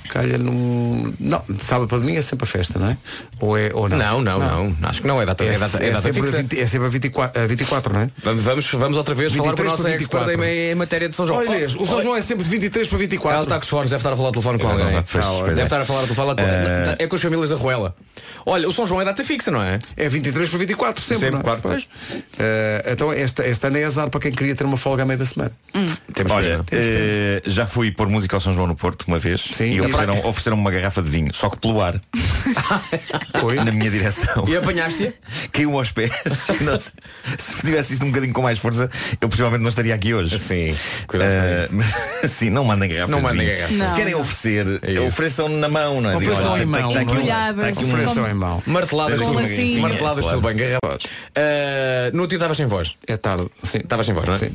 S1: calha num. Não, de sábado para domingo é sempre a festa, não é? Ou é ou não?
S6: Não, não, não, Acho que não é data,
S1: É,
S6: é data, é
S1: é
S6: data
S1: sempre, a
S6: fixa.
S1: 20 é sempre a 24, a 24, não é?
S6: Vamos, vamos, vamos outra vez falar com a
S1: 23
S6: nossa
S1: para
S6: expert
S1: 24.
S6: em, em matéria de São João.
S1: Olha, Inês, o São João é sempre de 23 para
S6: Ela
S1: 24.
S6: está com os fones, deve estar a falar ao telefone com
S7: Não,
S6: alguém.
S7: não, pois,
S6: Não,
S7: pois
S6: deve
S7: é.
S6: estar a falar ao telefone com,
S7: Eh,
S6: é com as famílias da Ruela. Olha, o São João é data fixa, não é?
S1: É 23 para 24, sempre.
S6: Sempre,
S1: não é?
S6: claro,
S1: Pois. Eh, então, esta, esta ano é azar para quem queria ter uma folga a meio da semana.
S6: Temos
S7: Olha,
S6: pena.
S7: eh, já fui pôr música ao São João no Porto uma vez
S1: Sim.
S7: e
S1: É
S7: ofereceram, ofereceram uma garrafa de vinho, só que pelo ar,
S1: Foi?
S7: na minha direção.
S6: E apanhaste-a?
S7: Caiu aos pés. Não sei. se tivesse isto um bocadinho com mais força, eu possivelmente não estaria aqui hoje.
S6: Sim, cuidado com
S7: Eh,
S6: isso.
S7: mas- sim, não mandem garrafas.
S6: Não
S7: de
S6: mandem
S7: vinho.
S6: garrafas. É
S3: Não,
S7: se querem
S3: não.
S7: oferecer,
S6: isso.
S7: ofereçam na mão, não é? Digam,
S1: Ofereçam
S7: olha,
S1: em
S7: tá-
S1: mão,
S7: tá aqui um-
S3: Embrulhadas.
S7: tá aqui um-
S1: Ofereçam em mão.
S6: Marteladas,
S3: Com
S6: tudo bem.
S3: lacinho.
S6: marteladas
S7: Claro.
S6: tudo bem, garrafadas. Eh, no outro dia estavas sem voz.
S1: É tarde. Sim.
S6: Estavas sem voz, não é?
S1: Sim.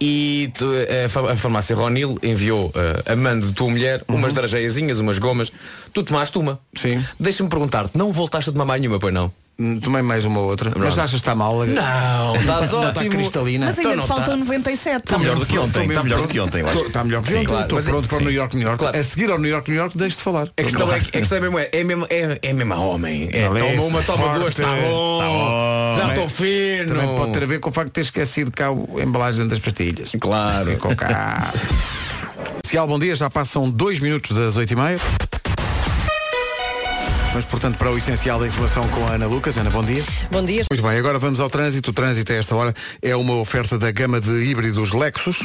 S6: E tu, a, fa- a farmácia Ronil enviou eh, a mando de tua mulher umas darajeiazinhas, umas gomas. Tu tomaste uma.
S1: Uhum. Sim.
S6: Deixa-me perguntar-te, não voltaste a tomar mais nenhuma, pois não?
S1: Hum, Tomei mais uma ou outra. Mas achas que está mal?
S6: Não, Então estás ótimo.
S1: Está tá cristalina.
S7: Então
S1: Tá
S3: Mas ainda um te faltam 97.
S7: Está melhor do que ontem,
S1: Estou
S7: está tá.
S1: mesmo
S7: melhor do
S1: pronto.
S7: que ontem, eu acho.
S1: Estou- Está tá melhor que
S7: Sim,
S1: ontem.
S6: claro.
S1: Estou
S6: Mas é-
S1: pronto para o
S6: sim.
S1: New York, New York.
S6: Claro.
S1: A seguir ao New York, New York, deixo de falar.
S6: A questão, é, que- a questão é mesmo, é, é mesmo, é, é mesmo a homem. É,
S1: Ali,
S6: toma uma, toma
S1: forte.
S6: duas, está bom.
S1: Tá bom.
S6: Já
S1: Também-
S6: estou fino.
S1: Também pode ter a ver com o facto de ter esquecido cá o- a embalagem das pastilhas.
S6: Claro.
S1: Ficou cá. Comercial, bom dia, já passam dois minutos das 8 e meia. Mas, portanto, para o essencial da informação com a Ana Lucas. Ana, bom dia.
S11: Bom dia.
S1: Muito bem, agora vamos ao trânsito. O trânsito a esta hora é uma oferta da gama de híbridos Lexus.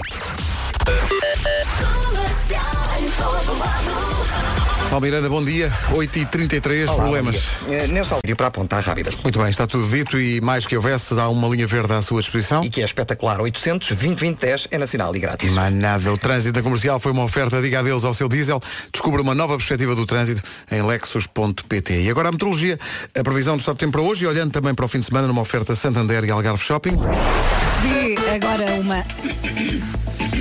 S1: Paulo Miranda, bom dia. 8h33,
S4: Olá, bom
S1: problemas.
S4: dia. Eh, Nesta altura, para apontar rápida.
S1: Muito bem, está tudo dito e mais que houvesse, dá uma linha verde à sua disposição.
S4: E que é espetacular. 800 20 20 10 é nacional e grátis.
S1: Mas nada, o trânsito da comercial foi uma oferta, diga adeus ao seu diesel, descubra uma nova perspectiva do trânsito em lexus.pt. E agora a meteorologia, a previsão do estado do tempo para hoje e olhando também para o fim de semana numa oferta Santander e Algarve Shopping.
S3: E agora uma.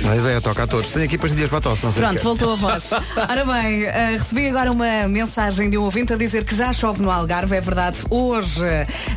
S1: Mas é, toca a todos. Tenho aqui pastilhas para a tosse, não sei
S3: Pronto,
S1: o que é.
S3: voltou a voz. Ora bem, eh, recebi agora uma mensagem de um ouvinte a dizer que já chove no Algarve, é verdade. Hoje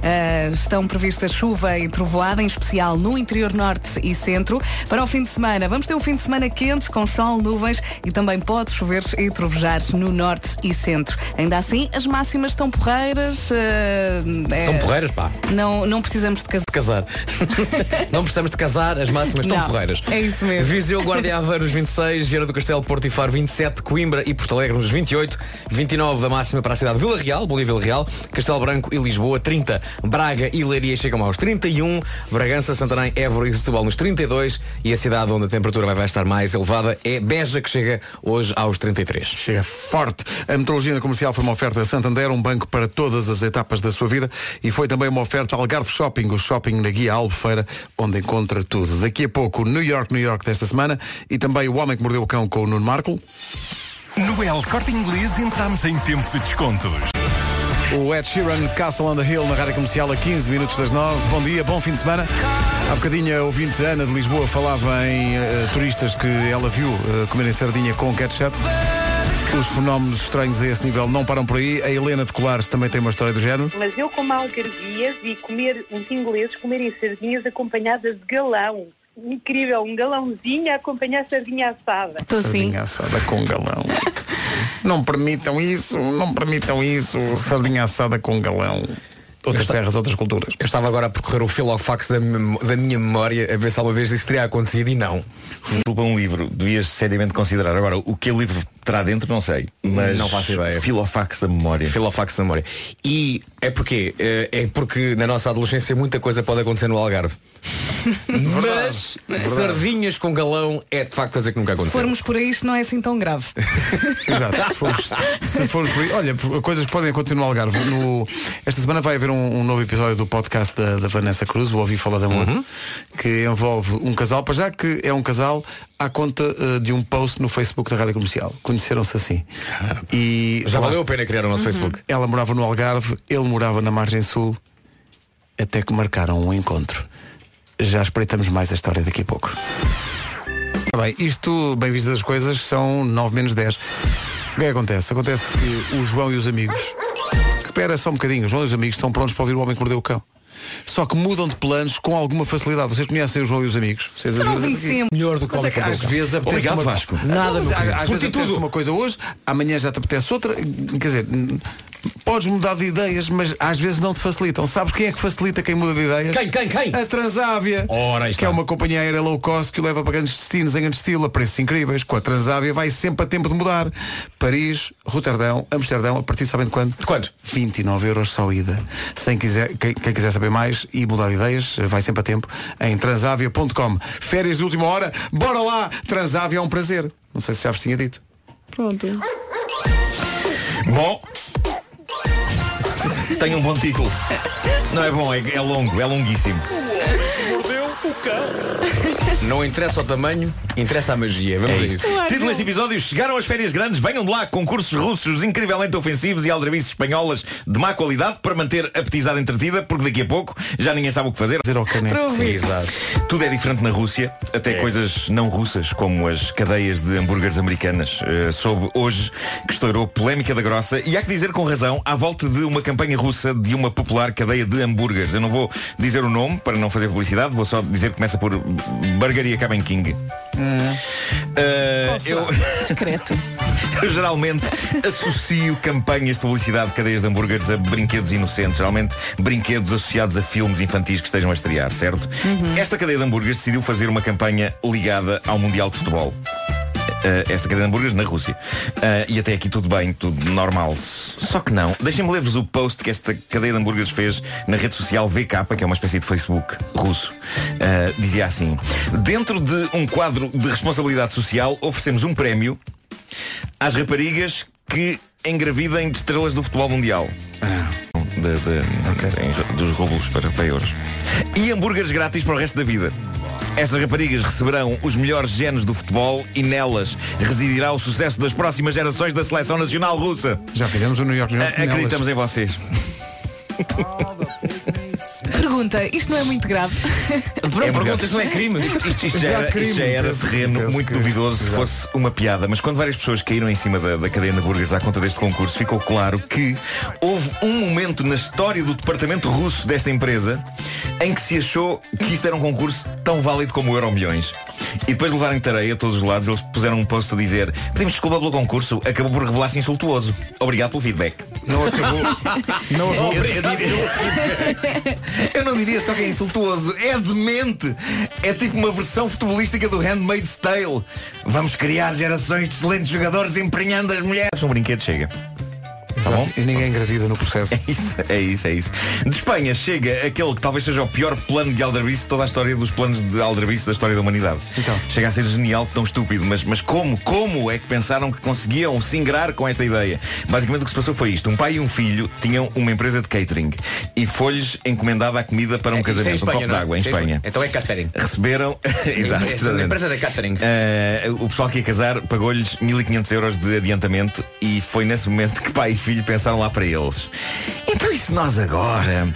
S3: eh, estão previstas chuva e trovoada, em especial no interior norte e centro. Para o fim de semana, vamos ter um fim de semana quente, com sol, nuvens e também pode chover e trovejar no norte e centro. Ainda assim, as máximas estão porreiras. eh, eh,
S6: Estão É um porreiras, pá.
S3: Não, não precisamos de casar.
S6: de casar. não precisamos de casar, as máximas estão
S3: Não,
S6: porreiras.
S3: é isso mesmo.
S6: Viseu, Guarda e Aveiro, os 26, Vieira do Castelo, Porto e Faro, 27, Coimbra e Porto Alegre, nos 28, 29 da máxima para a cidade de Vila Real, Bolívia Vila Real, Castelo Branco e Lisboa, 30, Braga e Leiria chegam aos 31, Bragança, Santarém, Évora e Setúbal nos 32 e a cidade onde a temperatura vai estar mais elevada é Beja, que chega hoje aos 33.
S1: Chega forte. A meteorologia na comercial foi uma oferta Santander, um banco para todas as etapas da sua vida e foi também uma oferta Algarve Shopping, o shopping na Guia Albufeira, onde encontra tudo. Daqui a pouco, New York, New York desta semana e também O Homem que Mordeu o Cão com o Nuno Marco.
S7: um-
S12: No El Corte Inglês entramos em tempo de descontos.
S11: O Ed Sheeran, Castle on the Hill, na Rádio Comercial, a 15 minutos das 9. Bom dia, bom fim de semana. Há bocadinho a ouvinte Ana de Lisboa falava em eh, turistas que ela viu eh, comerem sardinha com ketchup. Os fenómenos estranhos a esse nível não param por aí. A Helena de Colares também tem uma história do género.
S2: Mas eu como algarvias e comer uns ingleses comerem sardinhas acompanhadas de galão. Incrível, um galãozinho a acompanhar sardinha assada.
S3: Estou Então, sim.
S1: Sardinha assada com galão. não permitam isso, não permitam isso. Sardinha assada com galão. Outras terras, outras culturas.
S6: Eu estava agora a percorrer o filofax da, mem- da minha memória a ver se alguma vez isso teria acontecido e não.
S9: Desculpa um livro, devias seriamente considerar. Agora, o que o livro terá dentro não sei. Mas
S6: Não faço ideia.
S9: Filofax da memória.
S6: Filofax da memória. E é porque é porque na nossa adolescência muita coisa pode acontecer no Algarve. Mas sardinhas com galão é de facto coisa que nunca
S3: Se
S6: aconteceu.
S3: formos por aí, isto não é assim tão grave.
S1: Exato. Se formos, se formos por aí- olha, por- coisas que podem acontecer no Algarve. No- esta semana vai haver um, um novo episódio do podcast da, da Vanessa Cruz, o Ouvi Falar de Amor,
S6: Uhum.
S1: que envolve um casal, para já que é um casal à conta eh, de um post no Facebook da Rádio Comercial. Conheceram-se assim. E
S6: Ah,
S1: Uhum.
S6: Já valeu a pena criar o nosso Facebook.
S1: Ela morava no Algarve, ele morava na Margem Sul, até que marcaram um encontro. Já espreitamos mais a história daqui a pouco. Ora Bem, isto, bem vistas as coisas, são 9 menos 10. O que é que acontece? Acontece que o João e os amigos. Espera só um bocadinho, o João e os amigos estão prontos para ouvir o homem que mordeu o cão. Só que mudam de planos com alguma facilidade. Vocês conhecem o João e os amigos? Vocês
S3: Eu não
S1: ajudam-
S3: conheci
S6: Melhor do que
S1: mas é que às vezes apetece
S9: Obrigado,
S1: uma...
S9: Vasco.
S1: Nada, mas, às, às vezes
S6: Porque
S1: apetece
S6: tudo.
S1: uma coisa hoje, amanhã já te apetece outra. Quer dizer, n- podes mudar de ideias, mas às vezes não te facilitam. Sabes quem é que facilita quem muda de ideias?
S6: Quem, quem, quem?
S1: A Transávia,
S6: Ora, aí
S1: que
S6: está.
S1: é uma companhia aérea low cost que o leva para grandes destinos em grande estilo, a preços incríveis. Com a Transávia vai sempre a tempo de mudar. Paris, Roterdão, Amsterdão, a partir de sabem de quando?
S6: De quanto?
S1: 29 euros só ida. Sem quiser, quem, quem quiser saber mais e mudar de ideias, vai sempre a tempo em transavia.com. Férias de última hora, bora lá! Transávia é um prazer. Não sei se já vos tinha dito.
S9: Bom. Tem um bom título. Não é bom, é, é longo, é longuíssimo.
S6: Não interessa o tamanho, interessa a magia. Vamos
S9: É
S6: a
S9: isso.
S6: isso.
S9: Título deste episódio: Chegaram as férias grandes, venham de lá concursos russos incrivelmente ofensivos e aldrabices espanholas de má qualidade para manter a petizada entretida, porque daqui a pouco já ninguém sabe o que fazer.
S1: Dizer ao caneco.
S6: Sim, exato.
S9: Tudo é diferente na Rússia, até coisas não russas, como as cadeias de hambúrgueres americanas. Eh, soube hoje que estourou polémica da grossa e há que dizer com razão à volta de uma campanha russa de uma popular cadeia de hambúrgueres. Eu não vou dizer o nome para não fazer publicidade, vou só dizer que começa por Bargaria Cabin King. Eh, É, eu,
S3: Discreto.
S9: eu geralmente associo campanhas de publicidade de cadeias de hambúrgueres a brinquedos inocentes, geralmente brinquedos associados a filmes infantis que estejam a estrear, certo? Esta cadeia de hambúrgueres decidiu fazer uma campanha ligada ao Mundial de Futebol. Eh, esta cadeia de hambúrgueres na Rússia. Eh, e até aqui tudo bem, tudo normal. S- Só que não. Deixem-me ler-vos o post que esta cadeia de hambúrgueres fez na rede social VK, que é uma espécie de Facebook russo. Eh, dizia assim: Dentro de um quadro de responsabilidade social, oferecemos um prémio às raparigas que engravidem de estrelas do futebol mundial. De- de- em- dos rublos para, para euros. E hambúrgueres grátis para o resto da vida. Estas raparigas receberão os melhores genes do futebol e nelas residirá o sucesso das próximas gerações da seleção nacional russa.
S1: Já fizemos o New York New York.
S9: A- acreditamos
S1: nelas.
S9: em vocês.
S3: Pergunta, isto não é muito grave.
S6: Pronto,
S9: É
S6: perguntas não é crime.
S9: Isto, isto- isto já era, isto já era terreno
S1: penso
S9: muito
S1: que-
S9: duvidoso se fosse uma piada, mas quando várias pessoas caíram em cima da, da cadeia de hambúrgueres à conta deste concurso, ficou claro que houve um momento na história do departamento russo desta empresa em que se achou que isto era um concurso tão válido como o Euro Milhões. E depois de levarem tareia a todos os lados, eles puseram um post a dizer pedimos desculpa pelo concurso, acabou por revelar-se insultuoso. Obrigado pelo feedback.
S1: Não acabou. Não acabou.
S9: Eu, eu diria- eu não diria só que é insultuoso, é demente. É tipo uma versão futebolística do Handmaid's Tale. Vamos criar gerações de excelentes jogadores empenhando as mulheres. Um brinquedo chega. Tá bom?
S1: E ninguém engravida no processo.
S9: É isso, é isso, é isso. De Espanha chega aquele que talvez seja o pior plano de Aldrabice de toda a história dos planos de Aldrabice da história da humanidade.
S1: Então.
S9: Chega a ser genial, tão estúpido, mas, mas como, como é que pensaram que conseguiam se ingrar com esta ideia? Basicamente o que se passou foi isto. Um pai e um filho tinham uma empresa de catering e foi-lhes encomendada a comida
S6: É,
S9: para um casamento, um copo de água em Espanha.
S6: Então é catering.
S9: Receberam, exato, exatamente.
S6: é Empresa da catering.
S9: Eh, o pessoal que ia casar pagou-lhes 1500 euros de adiantamento e foi nesse momento que pai e filho filho pensaram lá para eles. Então e se nós agora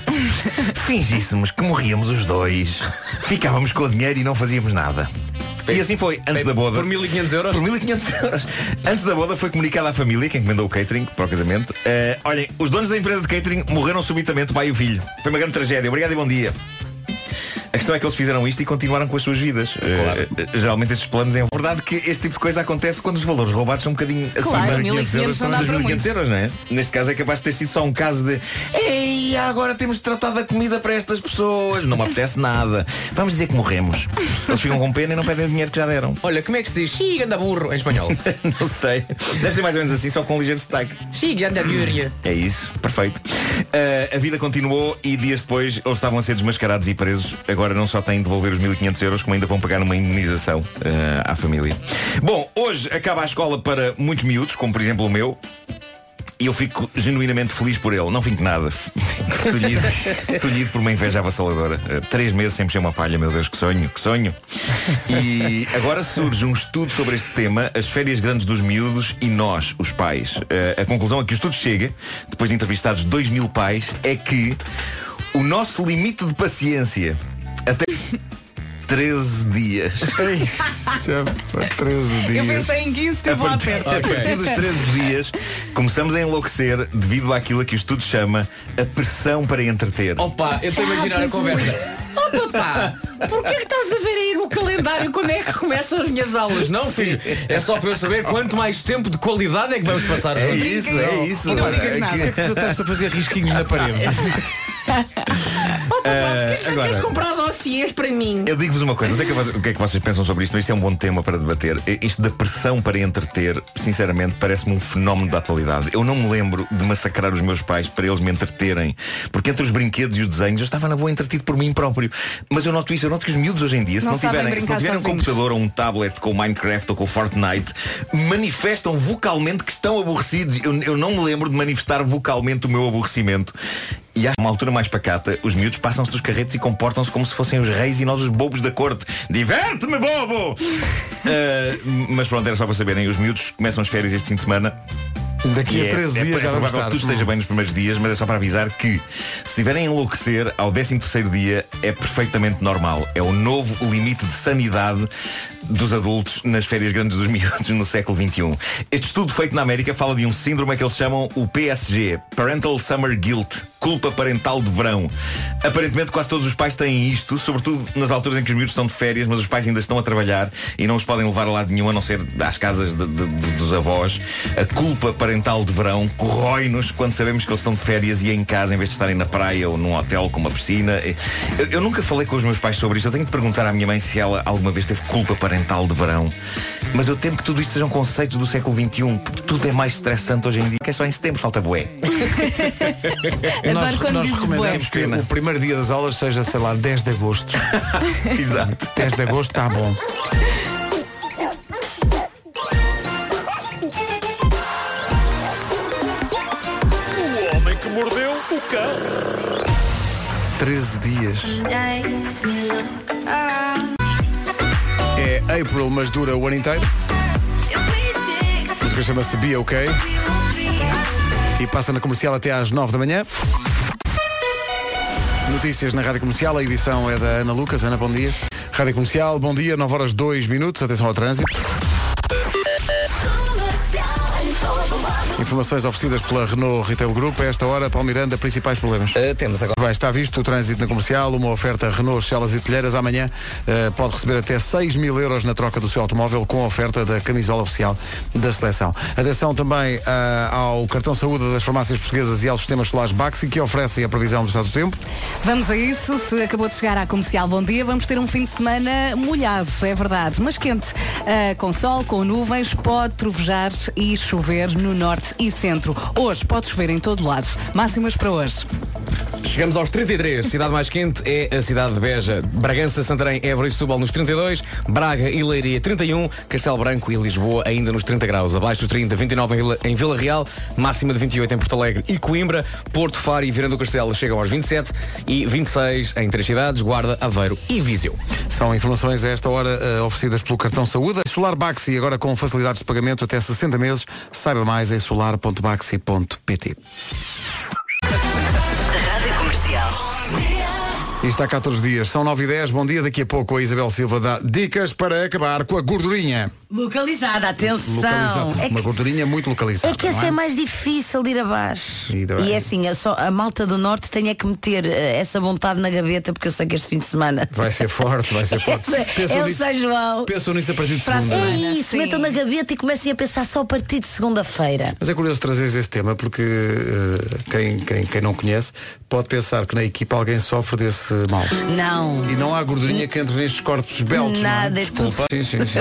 S9: fingíssemos que morríamos os dois, ficávamos com o dinheiro e não fazíamos nada? E assim foi, antes da boda.
S2: Por 1500 euros?
S9: Por 1500 euros. Antes da boda foi comunicada à família, que encomendou o catering para o casamento. eh, olhem, os donos da empresa de catering morreram subitamente, o pai e o filho. Foi uma grande tragédia. Obrigado e bom dia. A questão é que eles fizeram isto e continuaram com as suas vidas. Eh, geralmente estes planos é verdade que este tipo de coisa acontece quando os valores roubados são um bocadinho
S3: Claro,
S9: acima
S3: 1500 euros não dá
S9: dos
S3: para
S9: 1500 euros, não é? Neste caso é capaz de ter sido só um caso de Ei, agora temos tratado a comida para estas pessoas. Não me apetece nada. Vamos dizer que morremos. Eles ficam com pena e não pedem o dinheiro que já deram.
S2: Olha, como é que se diz? Xiii, anda burro, em espanhol.
S9: Não sei. Deve ser mais ou menos assim, só com um ligeiro sotaque.
S2: Xiii, anda burro.
S9: É isso, perfeito. Ah, a vida continuou e dias depois eles estavam a ser desmascarados e presos. Agora não só têm de devolver os 1500 euros, como ainda vão pagar uma indenização ah, à família. Bom, hoje acaba a escola para muitos miúdos, como por exemplo o meu. E eu fico genuinamente feliz por ele. Não fico nada. Fico Tolhido, tolhido por uma inveja avassaladora. Ah, três meses sem mexer uma palha, meu Deus, que sonho, que sonho. E agora surge um estudo sobre este tema, as férias grandes dos miúdos e nós, os pais. Ah, a conclusão a que o estudo chega, depois de entrevistados 2 mil pais, é que o nosso limite de paciência até 13 dias.
S1: Para 13
S3: Eu
S1: dias.
S3: pensei em 15,
S9: A
S3: teve lá
S9: partir,
S3: perto.
S9: a partir dos 13 dias começamos a enlouquecer devido àquilo a que o estudo chama a pressão para entreter.
S6: Ah,
S2: Opa, eu estou a
S3: Ah,
S2: imaginar
S3: é.
S2: a conversa. Oh papá, é. porquê que estás a ver aí no calendário quando é que começam as minhas aulas? Não, filho, é só para eu saber quanto mais tempo de qualidade é que vamos passar
S9: É
S2: juntos.
S9: isso, é isso.
S3: não
S9: Olha,
S3: digas
S9: é que-
S3: nada.
S1: Tu estás a fazer risquinhos na parede.
S9: Ah, agora,
S6: comprar dossiês para mim.
S9: eu digo-vos uma coisa, não sei o que vo- o que é que vocês pensam sobre isto, mas isto é um bom tema para debater. Eh, Isto da pressão para entreter, sinceramente, parece-me um fenómeno da atualidade. Eu não me lembro de massacrar os meus pais para eles me entreterem, porque entre os brinquedos e os desenhos eu estava na boa entretido por mim próprio. Mas eu noto isso, eu noto que os miúdos hoje em dia, se
S3: Não
S9: não,
S3: sabem
S9: tiverem, se não
S3: brincar
S9: tiverem um
S3: sozinhos.
S9: computador computador ou um tablet com o Minecraft ou com o Fortnite manifestam vocalmente que estão aborrecidos. Eu, eu não me lembro de manifestar vocalmente o meu aborrecimento. E há uma altura mais pacata, os miúdos passam-se dos carretos e comportam-se como se fossem os reis e nós os bobos da corte. Diverte-me, bobo! Ah, mas pronto, era só para saberem. Os miúdos começam as férias este fim de semana
S1: Daqui
S9: é-
S1: a 13
S9: é,
S1: dias
S9: é
S1: já vamos
S9: provável
S1: estar.
S9: que tudo esteja bem nos primeiros dias, mas é só para avisar que se tiverem a enlouquecer ao 13 terceiro dia é perfeitamente normal. É o novo limite de sanidade dos adultos nas férias grandes dos miúdos no século XXI. Este estudo feito na América fala de um síndrome que eles chamam o PSG, Parental Summer Guilt, culpa parental de verão. Aparentemente quase todos os pais têm isto, sobretudo nas alturas em que os miúdos estão de férias, mas os pais ainda estão a trabalhar e não os podem levar a lado nenhum, a não ser às casas de- de- de- dos avós. A culpa parental de verão corrói-nos quando sabemos que eles estão de férias e é em casa, em vez de estarem na praia ou num hotel com uma piscina. Eu, eu nunca falei com os meus pais sobre isto. Eu tenho de perguntar à minha mãe se ela alguma vez teve culpa parental de verão. Mas eu temo que tudo isto sejam conceitos do século XXI, porque tudo é mais estressante hoje em dia, que é só em setembro, falta bué.
S3: Adoro
S1: Nós,
S3: quando
S1: nós
S3: dizes bué.
S1: recomendamos que
S9: Pena.
S1: o primeiro dia das aulas seja, sei lá, 10 de agosto.
S9: Exato.
S1: 10 de agosto está bom.
S13: O homem que mordeu o cão.
S1: 13 dias. É April, mas dura o ano inteiro. A música chama-se Be OK e passa na comercial até às 9 da manhã. Notícias na Rádio Comercial, a edição é da Ana Lucas. Ana, bom dia. Rádio Comercial, bom dia, 9 horas 2 minutos, atenção ao trânsito. Informações oferecidas pela Renault Retail Group. A esta hora, Paulo Miranda, principais problemas.
S14: Eh, temos agora.
S1: Bem, está visto o trânsito na comercial, uma oferta Renault, Celas e Telheiras. Amanhã eh, pode receber até 6 mil euros na troca do seu automóvel com a oferta da camisola oficial da seleção. Atenção também ah, ao cartão saúde das farmácias portuguesas e aos sistemas solares Baxi que oferecem a previsão do estado do tempo.
S3: Vamos a isso. Se acabou de chegar à comercial, bom dia. Vamos ter um fim de semana molhado, é verdade, mas quente. Ah, com sol, com nuvens, pode trovejar e chover no norte e centro. Hoje pode chover em todo lado. Máximas para hoje.
S6: Chegamos aos 33. Cidade mais quente é a cidade de Beja. Bragança, Santarém, Évora e Setúbal nos 32. Braga e Leiria 31. Castelo Branco e Lisboa ainda nos 30 graus. Abaixo dos 30, 29 em Vila- em Vila Real. Máxima de 28 em Porto Alegre e Coimbra. Porto Faro e Viana do Castelo chegam aos 27. E 26 em três cidades. Guarda, Aveiro e Viseu.
S1: São informações a esta hora eh, oferecidas pelo cartão Saúde. Solar Baxi, agora com facilidades de pagamento até 60 meses. Saiba mais em solar.baxi.pt.
S12: Rádio Comercial.
S1: E está cá todos os dias. São 9 e 10. Bom dia. Daqui a pouco a Isabel Silva dá dicas para acabar com a gordurinha.
S15: Localizada, atenção.
S1: Localizada.
S15: É
S1: Uma
S15: que,
S1: gordurinha muito localizada.
S15: é que
S1: não
S15: essa
S1: é?
S15: é mais difícil de ir abaixo.
S1: Ainda bem.
S15: E é assim, eu só, a malta do norte tem é que meter eh, essa vontade na gaveta, porque eu sei que este fim de semana.
S1: Vai ser forte, vai ser forte.
S15: Essa- é o São João.
S1: Pensam nisso a partir de
S15: Para a
S1: segunda.
S15: semana, é isso, metam na gaveta e comecem a pensar só a partir de segunda-feira.
S1: Mas é curioso trazeres esse tema porque eh, quem, quem, quem não conhece pode pensar que na equipa alguém sofre desse mal.
S15: Não.
S1: E não há gordurinha que entre nestes corpos beltos.
S15: Nada,
S1: não é?
S15: é tudo-
S1: Desculpa. Sim, sim, sim.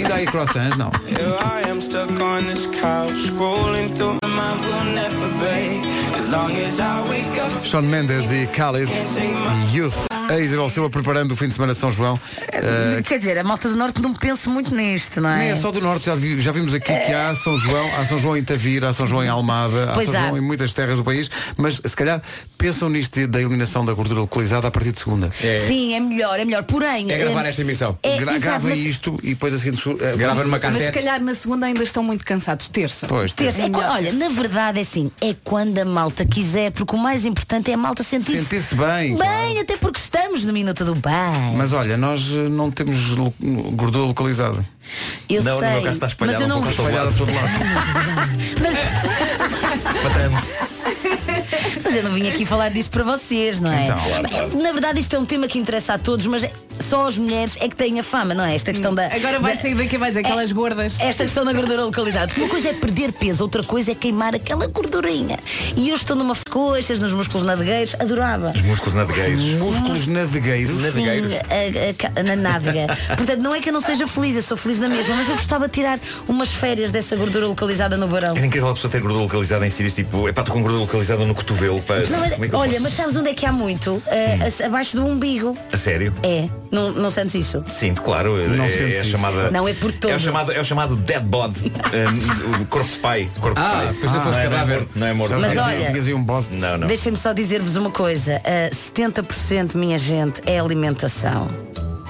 S1: Ainda há aí croissants, não.
S12: Here I am stuck on this couch, scrolling through my mind will never break. As long as I wake up
S1: Sean Mendes e Khalid e Youth. A Isabel Silva preparando o fim de semana de São João.
S15: É
S1: Eh,
S15: Quer dizer, a malta do norte não pensa muito nisto, não é?
S1: nem é só do Norte, já, vi- já vimos aqui que há São João, há São João em Tavira, há São João em Almada, há
S15: Pois
S1: São
S15: há.
S1: João em muitas terras do país, mas se calhar pensam nisto de- da eliminação da gordura localizada a partir de segunda.
S15: Sim, é melhor, é melhor. Porém.
S1: É gravar esta emissão. Gra-
S15: exato,
S1: grava
S15: mas-
S1: isto e depois assim. de su- eh,
S6: Grava numa
S3: Mas se calhar na segunda ainda estão muito cansados. Terça.
S1: Pois,
S15: Terça. É quan- olha, na verdade é assim, é quando a malta quiser, porque o mais importante é a malta sentir-se
S1: Sentir-se
S15: Bem,
S1: bem, claro.
S15: até porque estamos no minuto do bem.
S1: Mas olha, nós eh, não temos lo- gordura localizada.
S15: Eu Não, no sei, meu caso está espalhada mas eu um não- pouco
S1: Está
S15: a todo
S1: espalhada
S15: lado.
S1: por todo lado.
S15: Mas eu não vim aqui falar disto para vocês, não é?
S12: Então.
S15: Na verdade isto é um tema que interessa a todos, mas só as mulheres é que têm a fama, não é? Esta questão da.
S3: Agora vai
S15: da-
S3: sair daqui mais
S2: É-
S3: aquelas gordas.
S15: Esta questão da gordura localizada. Porque Uma coisa é perder peso, outra coisa é queimar aquela gordurinha. E eu estou numa coxas, nos músculos nadegueiros, adorava.
S1: Os músculos nadegueiros. Músculos nadegueiros.
S15: Sim, a- a- na nádega. Portanto, não é que eu não seja feliz, eu sou feliz na mesma, mas eu gostava de tirar umas férias dessa gordura localizada no barão.
S16: Era incrível a pessoa ter gordura localizada em sítios tipo, é pá, estou com gordura localizada no cotovelo. Pá,
S15: Não, mas-
S16: como é que eu
S15: olha,
S16: posso?
S15: mas sabes onde é que há muito? Uh, a- abaixo do umbigo.
S16: A sério?
S15: É. Não, não sentes isso?
S16: Sinto, claro. é-
S15: Não
S16: é,
S15: sentes
S16: a
S15: isso.
S16: chamada.
S15: Não, é por todo.
S16: É o chamado, é o chamado dead bod. um, o corpo de pai. Corpo
S15: Ah,
S16: de pai.
S15: pensei que fosse
S16: não, é, não é
S15: cadáver.
S16: morto. Não é morto.
S15: Mas olha- Tinhas
S1: um bode.
S16: Não, não.
S15: Deixem-me só dizer-vos uma coisa. uh, 70% minha gente é alimentação.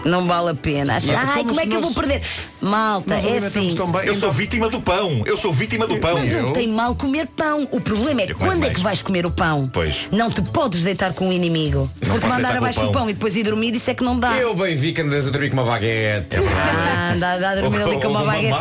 S15: Não vale a pena. Acho,
S16: Não,
S15: ai,
S16: então,
S15: como é
S16: mas
S15: que eu vou
S16: nós-
S15: perder? Malta, é assim.
S16: eu sou vítima do pão. Eu sou vítima do pão.
S15: Mas não tem mal comer pão. O problema é
S16: como é
S15: quando é que
S16: mais?
S15: vais comer o pão?
S6: Pois.
S15: Não te podes deitar com o inimigo.
S6: Não
S15: Porque
S6: posso deitar
S15: mandar
S6: com o
S15: abaixo o
S6: pão.
S15: pão. e depois ir dormir, isso é que não dá.
S6: Eu bem vi que andas a dormir com uma baguete. É
S15: Ah, anda, anda a dormir ali com uma baguete.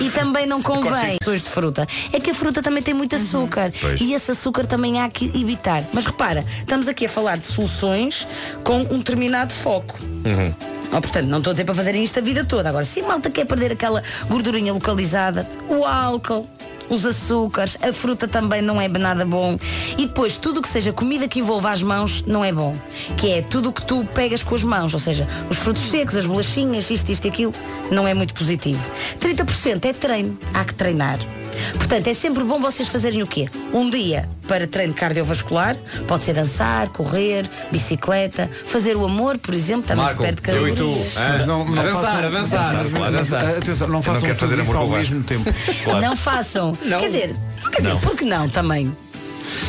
S15: E também não convém pessoas de fruta. É que a fruta também tem muito açúcar.
S12: Pois.
S15: E esse açúcar também há que evitar. Mas repara, estamos aqui a falar de soluções com um determinado foco.
S2: é
S6: Uhum.
S15: Oh, portanto, não estou a dizer para fazerem isto a vida toda. Agora, se a malta quer perder aquela gordurinha localizada, o álcool, os açúcares, a fruta também não é nada bom. E depois, tudo o que seja comida que envolva as mãos não é bom. Que é tudo o que tu pegas com as mãos, ou seja, os frutos secos, as bolachinhas, isto, isto e aquilo, não é muito positivo. 30% é treino, há que treinar. Portanto, é sempre bom vocês fazerem o quê? Um dia para treino cardiovascular, pode ser dançar, correr, bicicleta, fazer o amor, por exemplo, também se perde
S1: eu e
S15: calorias.
S1: tu. Mas não, não
S6: A dançar,
S1: façam-
S6: a dançar,
S1: Mas-
S6: a dançar.
S1: mas,
S6: Eu
S1: Atenção, não
S6: não
S1: façam
S6: quero fazer
S1: tudo isso
S6: amor
S1: ao
S6: com o
S1: mesmo tempo.
S15: Não façam. Quer dizer, não quer dizer,
S1: Não.
S15: porque não também?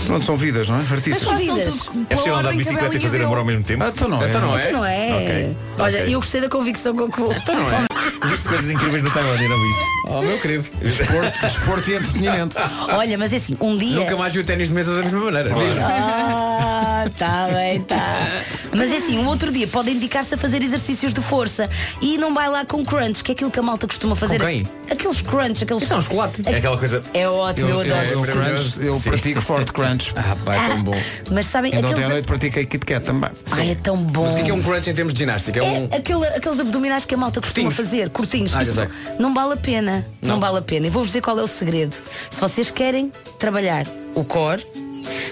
S1: Pronto, são vidas, não é? Artistas.
S15: Mas são vidas.
S16: É possível andar de bicicleta e fazer amor ao mesmo tempo?
S1: Ah, então não é.
S15: Então não é.
S16: Ok,
S15: Olha,
S16: ok.
S15: eu gostei da convicção com que o. Então não é.
S16: Viste coisas incríveis na Tailândia, não viste?
S6: Oh, meu querido.
S1: Desporto, desporto e entretenimento.
S15: Olha, mas é assim, um dia.
S6: Nunca mais vi o ténis de mesa da mesma maneira.
S15: Ah, tá bem, tá. Mas é assim, um outro dia pode indicar-se a fazer exercícios de força e não vai lá com crunch, que é aquilo que a malta costuma fazer.
S1: Com quem?
S15: Aqueles crunch, aqueles. Isso é um chocolate.
S16: É aquela coisa.
S15: É ótimo, eu, adoro.
S1: Eu, crunch, eu pratico forte crunch. Ah,
S6: pá, é tão bom.
S15: Mas sabem,
S1: Ainda ontem à
S15: aqueles.
S1: noite pratiquei Kit Kat também.
S15: Ai, é tão bom.
S6: Mas o que é que é um crunch em termos de ginástica? É um...
S15: Aquele- aqueles abdominais que a malta costuma fazer, curtinhos,
S6: Ah, já
S15: isso
S6: sei.
S15: não vale a pena. Não.
S6: Não.
S15: vale a pena. E vou-vos dizer qual é o segredo. Se vocês querem trabalhar o core,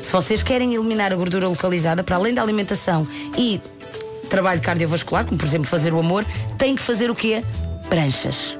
S15: se vocês querem eliminar a gordura localizada, para além da alimentação e trabalho cardiovascular, como por exemplo fazer o amor, têm que fazer o quê? Pranchas.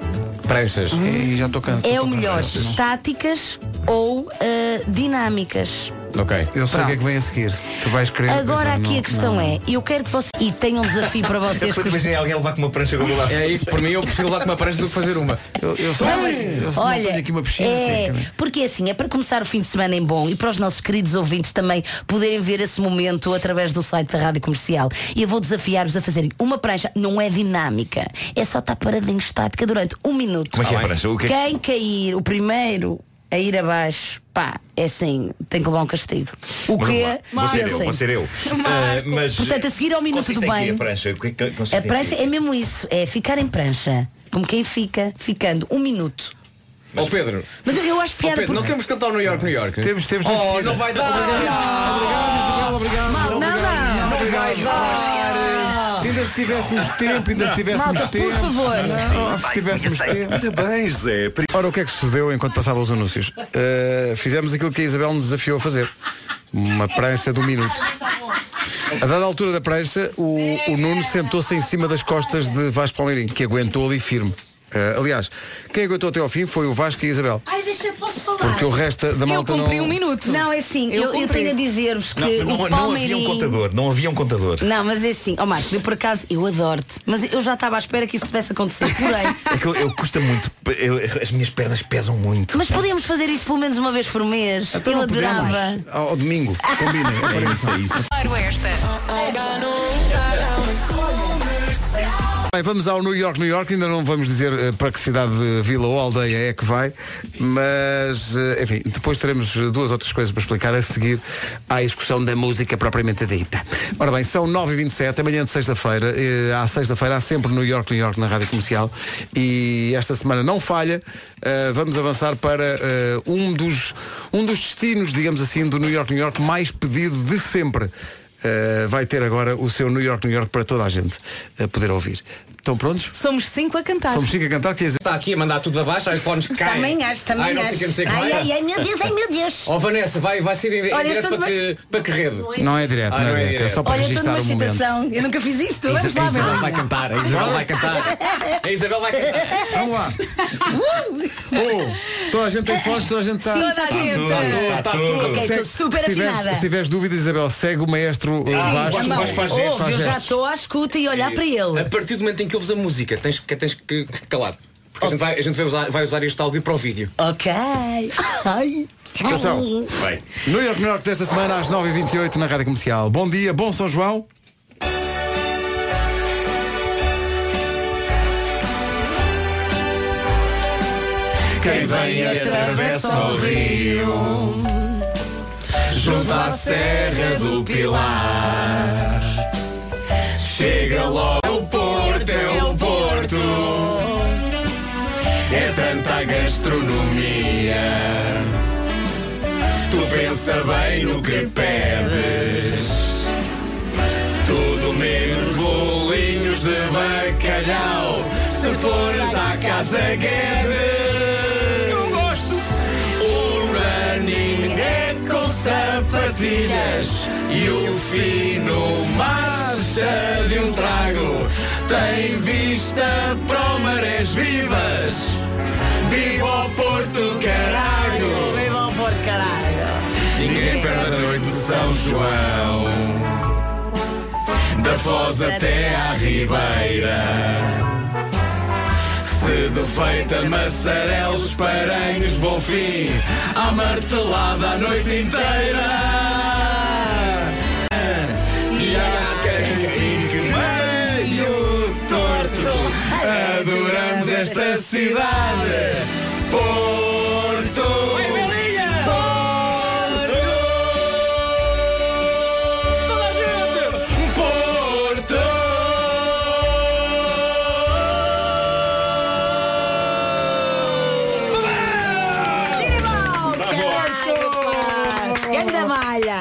S6: Pranchas.
S1: Hum. E já estou cansado.
S15: É o melhor, estáticas ou ah, dinâmicas.
S2: Ok.
S6: Eu sei o que é
S15: Pronto.
S6: que vem a seguir. Tu vais querer.
S15: Agora
S6: Não,
S15: aqui a questão
S6: não.
S15: é, eu quero que vocês. E tenho um desafio para vocês. que os-
S9: alguém levar com uma prancha com o lado.
S2: É isso, por mim eu prefiro levar com uma prancha do que fazer uma.
S6: Eu, eu só,
S15: Não, mas,
S6: eu só
S15: olha,
S6: tenho aqui uma piscina
S15: é,
S6: seca.
S15: porque assim, é para começar o fim de semana em bom e para os nossos queridos ouvintes também poderem ver esse momento através do site da Rádio Comercial. E eu vou desafiar-vos a fazerem uma prancha, não é dinâmica, é só estar paradinho estática durante um minuto.
S9: Como é que é a prancha? O que é que-
S15: Quem cair, o primeiro a ir abaixo, pá, é assim, tem que levar um castigo. O
S9: Mas
S15: quê?
S9: vamos lá. Vou ser eu,
S15: Pensem.
S9: vou ser eu. Ah, mas,
S15: Portanto, a seguir ao minuto
S9: consiste
S15: do
S9: em quê
S15: bem.
S9: A prancha, O que é que consiste
S15: A
S9: em quê?
S15: prancha é mesmo isso, é ficar em prancha. Como quem fica, ficando um minuto.
S2: Ó Pedro,
S15: Mas eu, eu acho
S2: ó
S15: piada
S2: Pedro, não
S15: porque...
S2: temos que cantar o New York, New York.
S6: Temos, temos, temos.
S2: Oh, não vai dar.
S1: Obrigado, Isabel, obrigado.
S15: Nada!
S1: Ainda se tivéssemos tempo, ainda se tivéssemos
S15: Malta,
S1: tempo.
S15: por favor. é?
S1: Oh, se tivéssemos tempo.
S9: Parabéns, Zé. Pri-
S1: Ora, o que é que sucedeu enquanto passava os anúncios? Uh, fizemos aquilo que a Isabel nos desafiou a fazer. Uma prancha do minuto. A dada altura da prancha, o, o Nuno sentou-se em cima das costas de Vasco Palmeirinho, que aguentou ali firme. Uh, aliás, quem aguentou até ao fim foi o Vasco e a Isabel.
S17: Ai, deixa, posso falar?
S1: Porque o resto da
S3: Eu
S2: Então
S1: malta
S3: cumpri
S1: não...
S3: um minuto.
S15: Não, é assim,
S3: Eu
S15: eu, eu
S3: cumpri.
S15: tenho a dizer-vos
S9: Não,
S15: que o
S9: não- não havia um
S15: é Palmeirinho...
S9: contador. Não havia um contador.
S15: Não, mas é assim, ó Marco, eu por acaso, eu adoro-te, mas eu já estava à espera que isso pudesse acontecer, porém.
S9: É que eu, eu custa muito. eu- as minhas pernas pesam muito.
S15: Mas podíamos fazer isto pelo menos uma vez por mês.
S1: Então
S15: eu
S1: não podemos.
S15: adorava.
S1: Ao, ao domingo, combina.
S9: É isso, é isso.
S3: Claro, esta.
S1: Bem, vamos ao New York, New York. Ainda não vamos dizer eh, para que cidade, eh, vila ou aldeia é que vai, mas, eh, enfim, depois teremos eh, duas outras coisas para explicar a seguir à excursão da música propriamente dita. Ora bem, são 9h27, amanhã é de sexta-feira. eh, À sexta-feira há sempre New York, New York na rádio comercial e esta semana não falha. eh, Vamos avançar para eh, um dos, um dos destinos, digamos assim, do New York, New York mais pedido de sempre. Uh, vai ter agora o seu New York, New York para toda a gente uh, poder ouvir. Estão prontos?
S3: Somos cinco a cantar.
S1: Somos cinco a cantar, quer dizer,
S2: Está aqui a mandar tudo abaixo, iPhones caem.
S15: Também acho, também
S2: ai, não sei
S15: acho.
S2: quem, não sei quem.
S1: é.
S15: ai, ai, ai, meu Deus, ai, meu Deus.
S2: Ó Oh, Vanessa, vai, vai ser em, em
S15: Olha,
S2: direto
S15: estou
S2: para que, para que rede?
S1: não é direto,
S2: Ah,
S1: não é
S2: não é
S1: direto, é
S2: direto.
S1: só para
S15: Olha, estou
S1: registrar
S15: numa
S1: o momento.
S15: excitação. Eu nunca fiz isto.
S2: A
S15: Vamos
S2: Isa- a
S15: lá,
S2: Isabel
S15: ver.
S2: vai cantar, a Isabel vai cantar. A Isabel vai cantar.
S1: Vamos lá. Oh, toda a gente tem fones, toda a gente está.
S3: Toda a gente.
S9: Está tudo.
S15: Ok, estou super
S1: se, tiveres,
S15: afinada.
S1: se tiveres dúvida, Isabel, segue o maestro uh, Vasco.
S2: Vasco, Vasco faz gestos,
S15: Ouve, eu já estou à escuta e olhar para
S2: A
S15: ele.
S2: partir do momento em que ouves a música, tens que, tens que calar. Porque a gente, vai, a gente vai, usar, vai usar este áudio para o vídeo.
S15: Ok. Ai.
S1: Atenção.
S9: Vai.
S1: New York, New York desta semana às 9h28 na Rádio Comercial. Bom dia, bom São João.
S2: Quem vem atravessa o rio Junto à Serra do Pilar Chega logo É o Porto, é o Porto É tanta gastronomia Tu pensa bem no que pedes Tudo menos bolinhos de bacalhau Se fores à Casa Guedes Eu gosto O running é com sapatilhas E o fino marcha de um trago Tem vista para o marés vivas Viva o Porto, caralho
S15: Bem bom, Porto, caralho.
S2: Ninguém perde a noite de São João Da Foz até à Ribeira Se de feita maçarelos, paranhos, bom fim À martelada a noite inteira E há quem fique meio torto Adoramos esta cidade Porto Porto Toda a gente Porto
S15: Caralho, pá. Grande malha.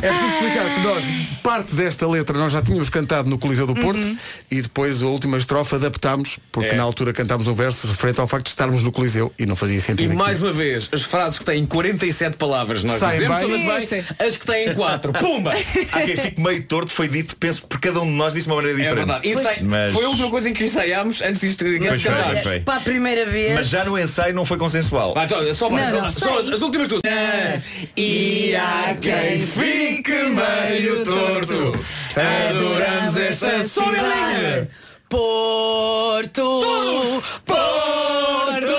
S1: É preciso explicar que nós, parte desta letra, nós já tínhamos cantado no Coliseu do Porto
S15: Uhum.
S1: e depois a última estrofe adaptámos,
S2: É.
S1: porque na altura cantámos um verso referente ao facto de estarmos no Coliseu e não fazia
S6: E
S1: sentido.
S6: mais uma vez, as frases que têm 47 palavras, nós
S1: Saem
S6: dizemos
S1: bem.
S6: todas bem, as que têm 4, pumba!
S16: Há quem fique meio torto, foi dito, penso, por cada um de nós disse de uma maneira
S6: É
S16: diferente.
S6: verdade. Ensai-
S16: Mas-
S6: Foi a última coisa em que ensaiámos antes disto de
S16: Pois foi,
S6: cantar.
S16: pois foi.
S15: Para a primeira vez.
S16: Mas já no ensaio não foi consensual.
S6: Vai, então, só mais,
S15: Não,
S6: só-
S15: não.
S6: só as, as últimas duas.
S12: E há quem fique meio torto. Adoramos esta
S6: sobriedade.
S12: Porto, Porto.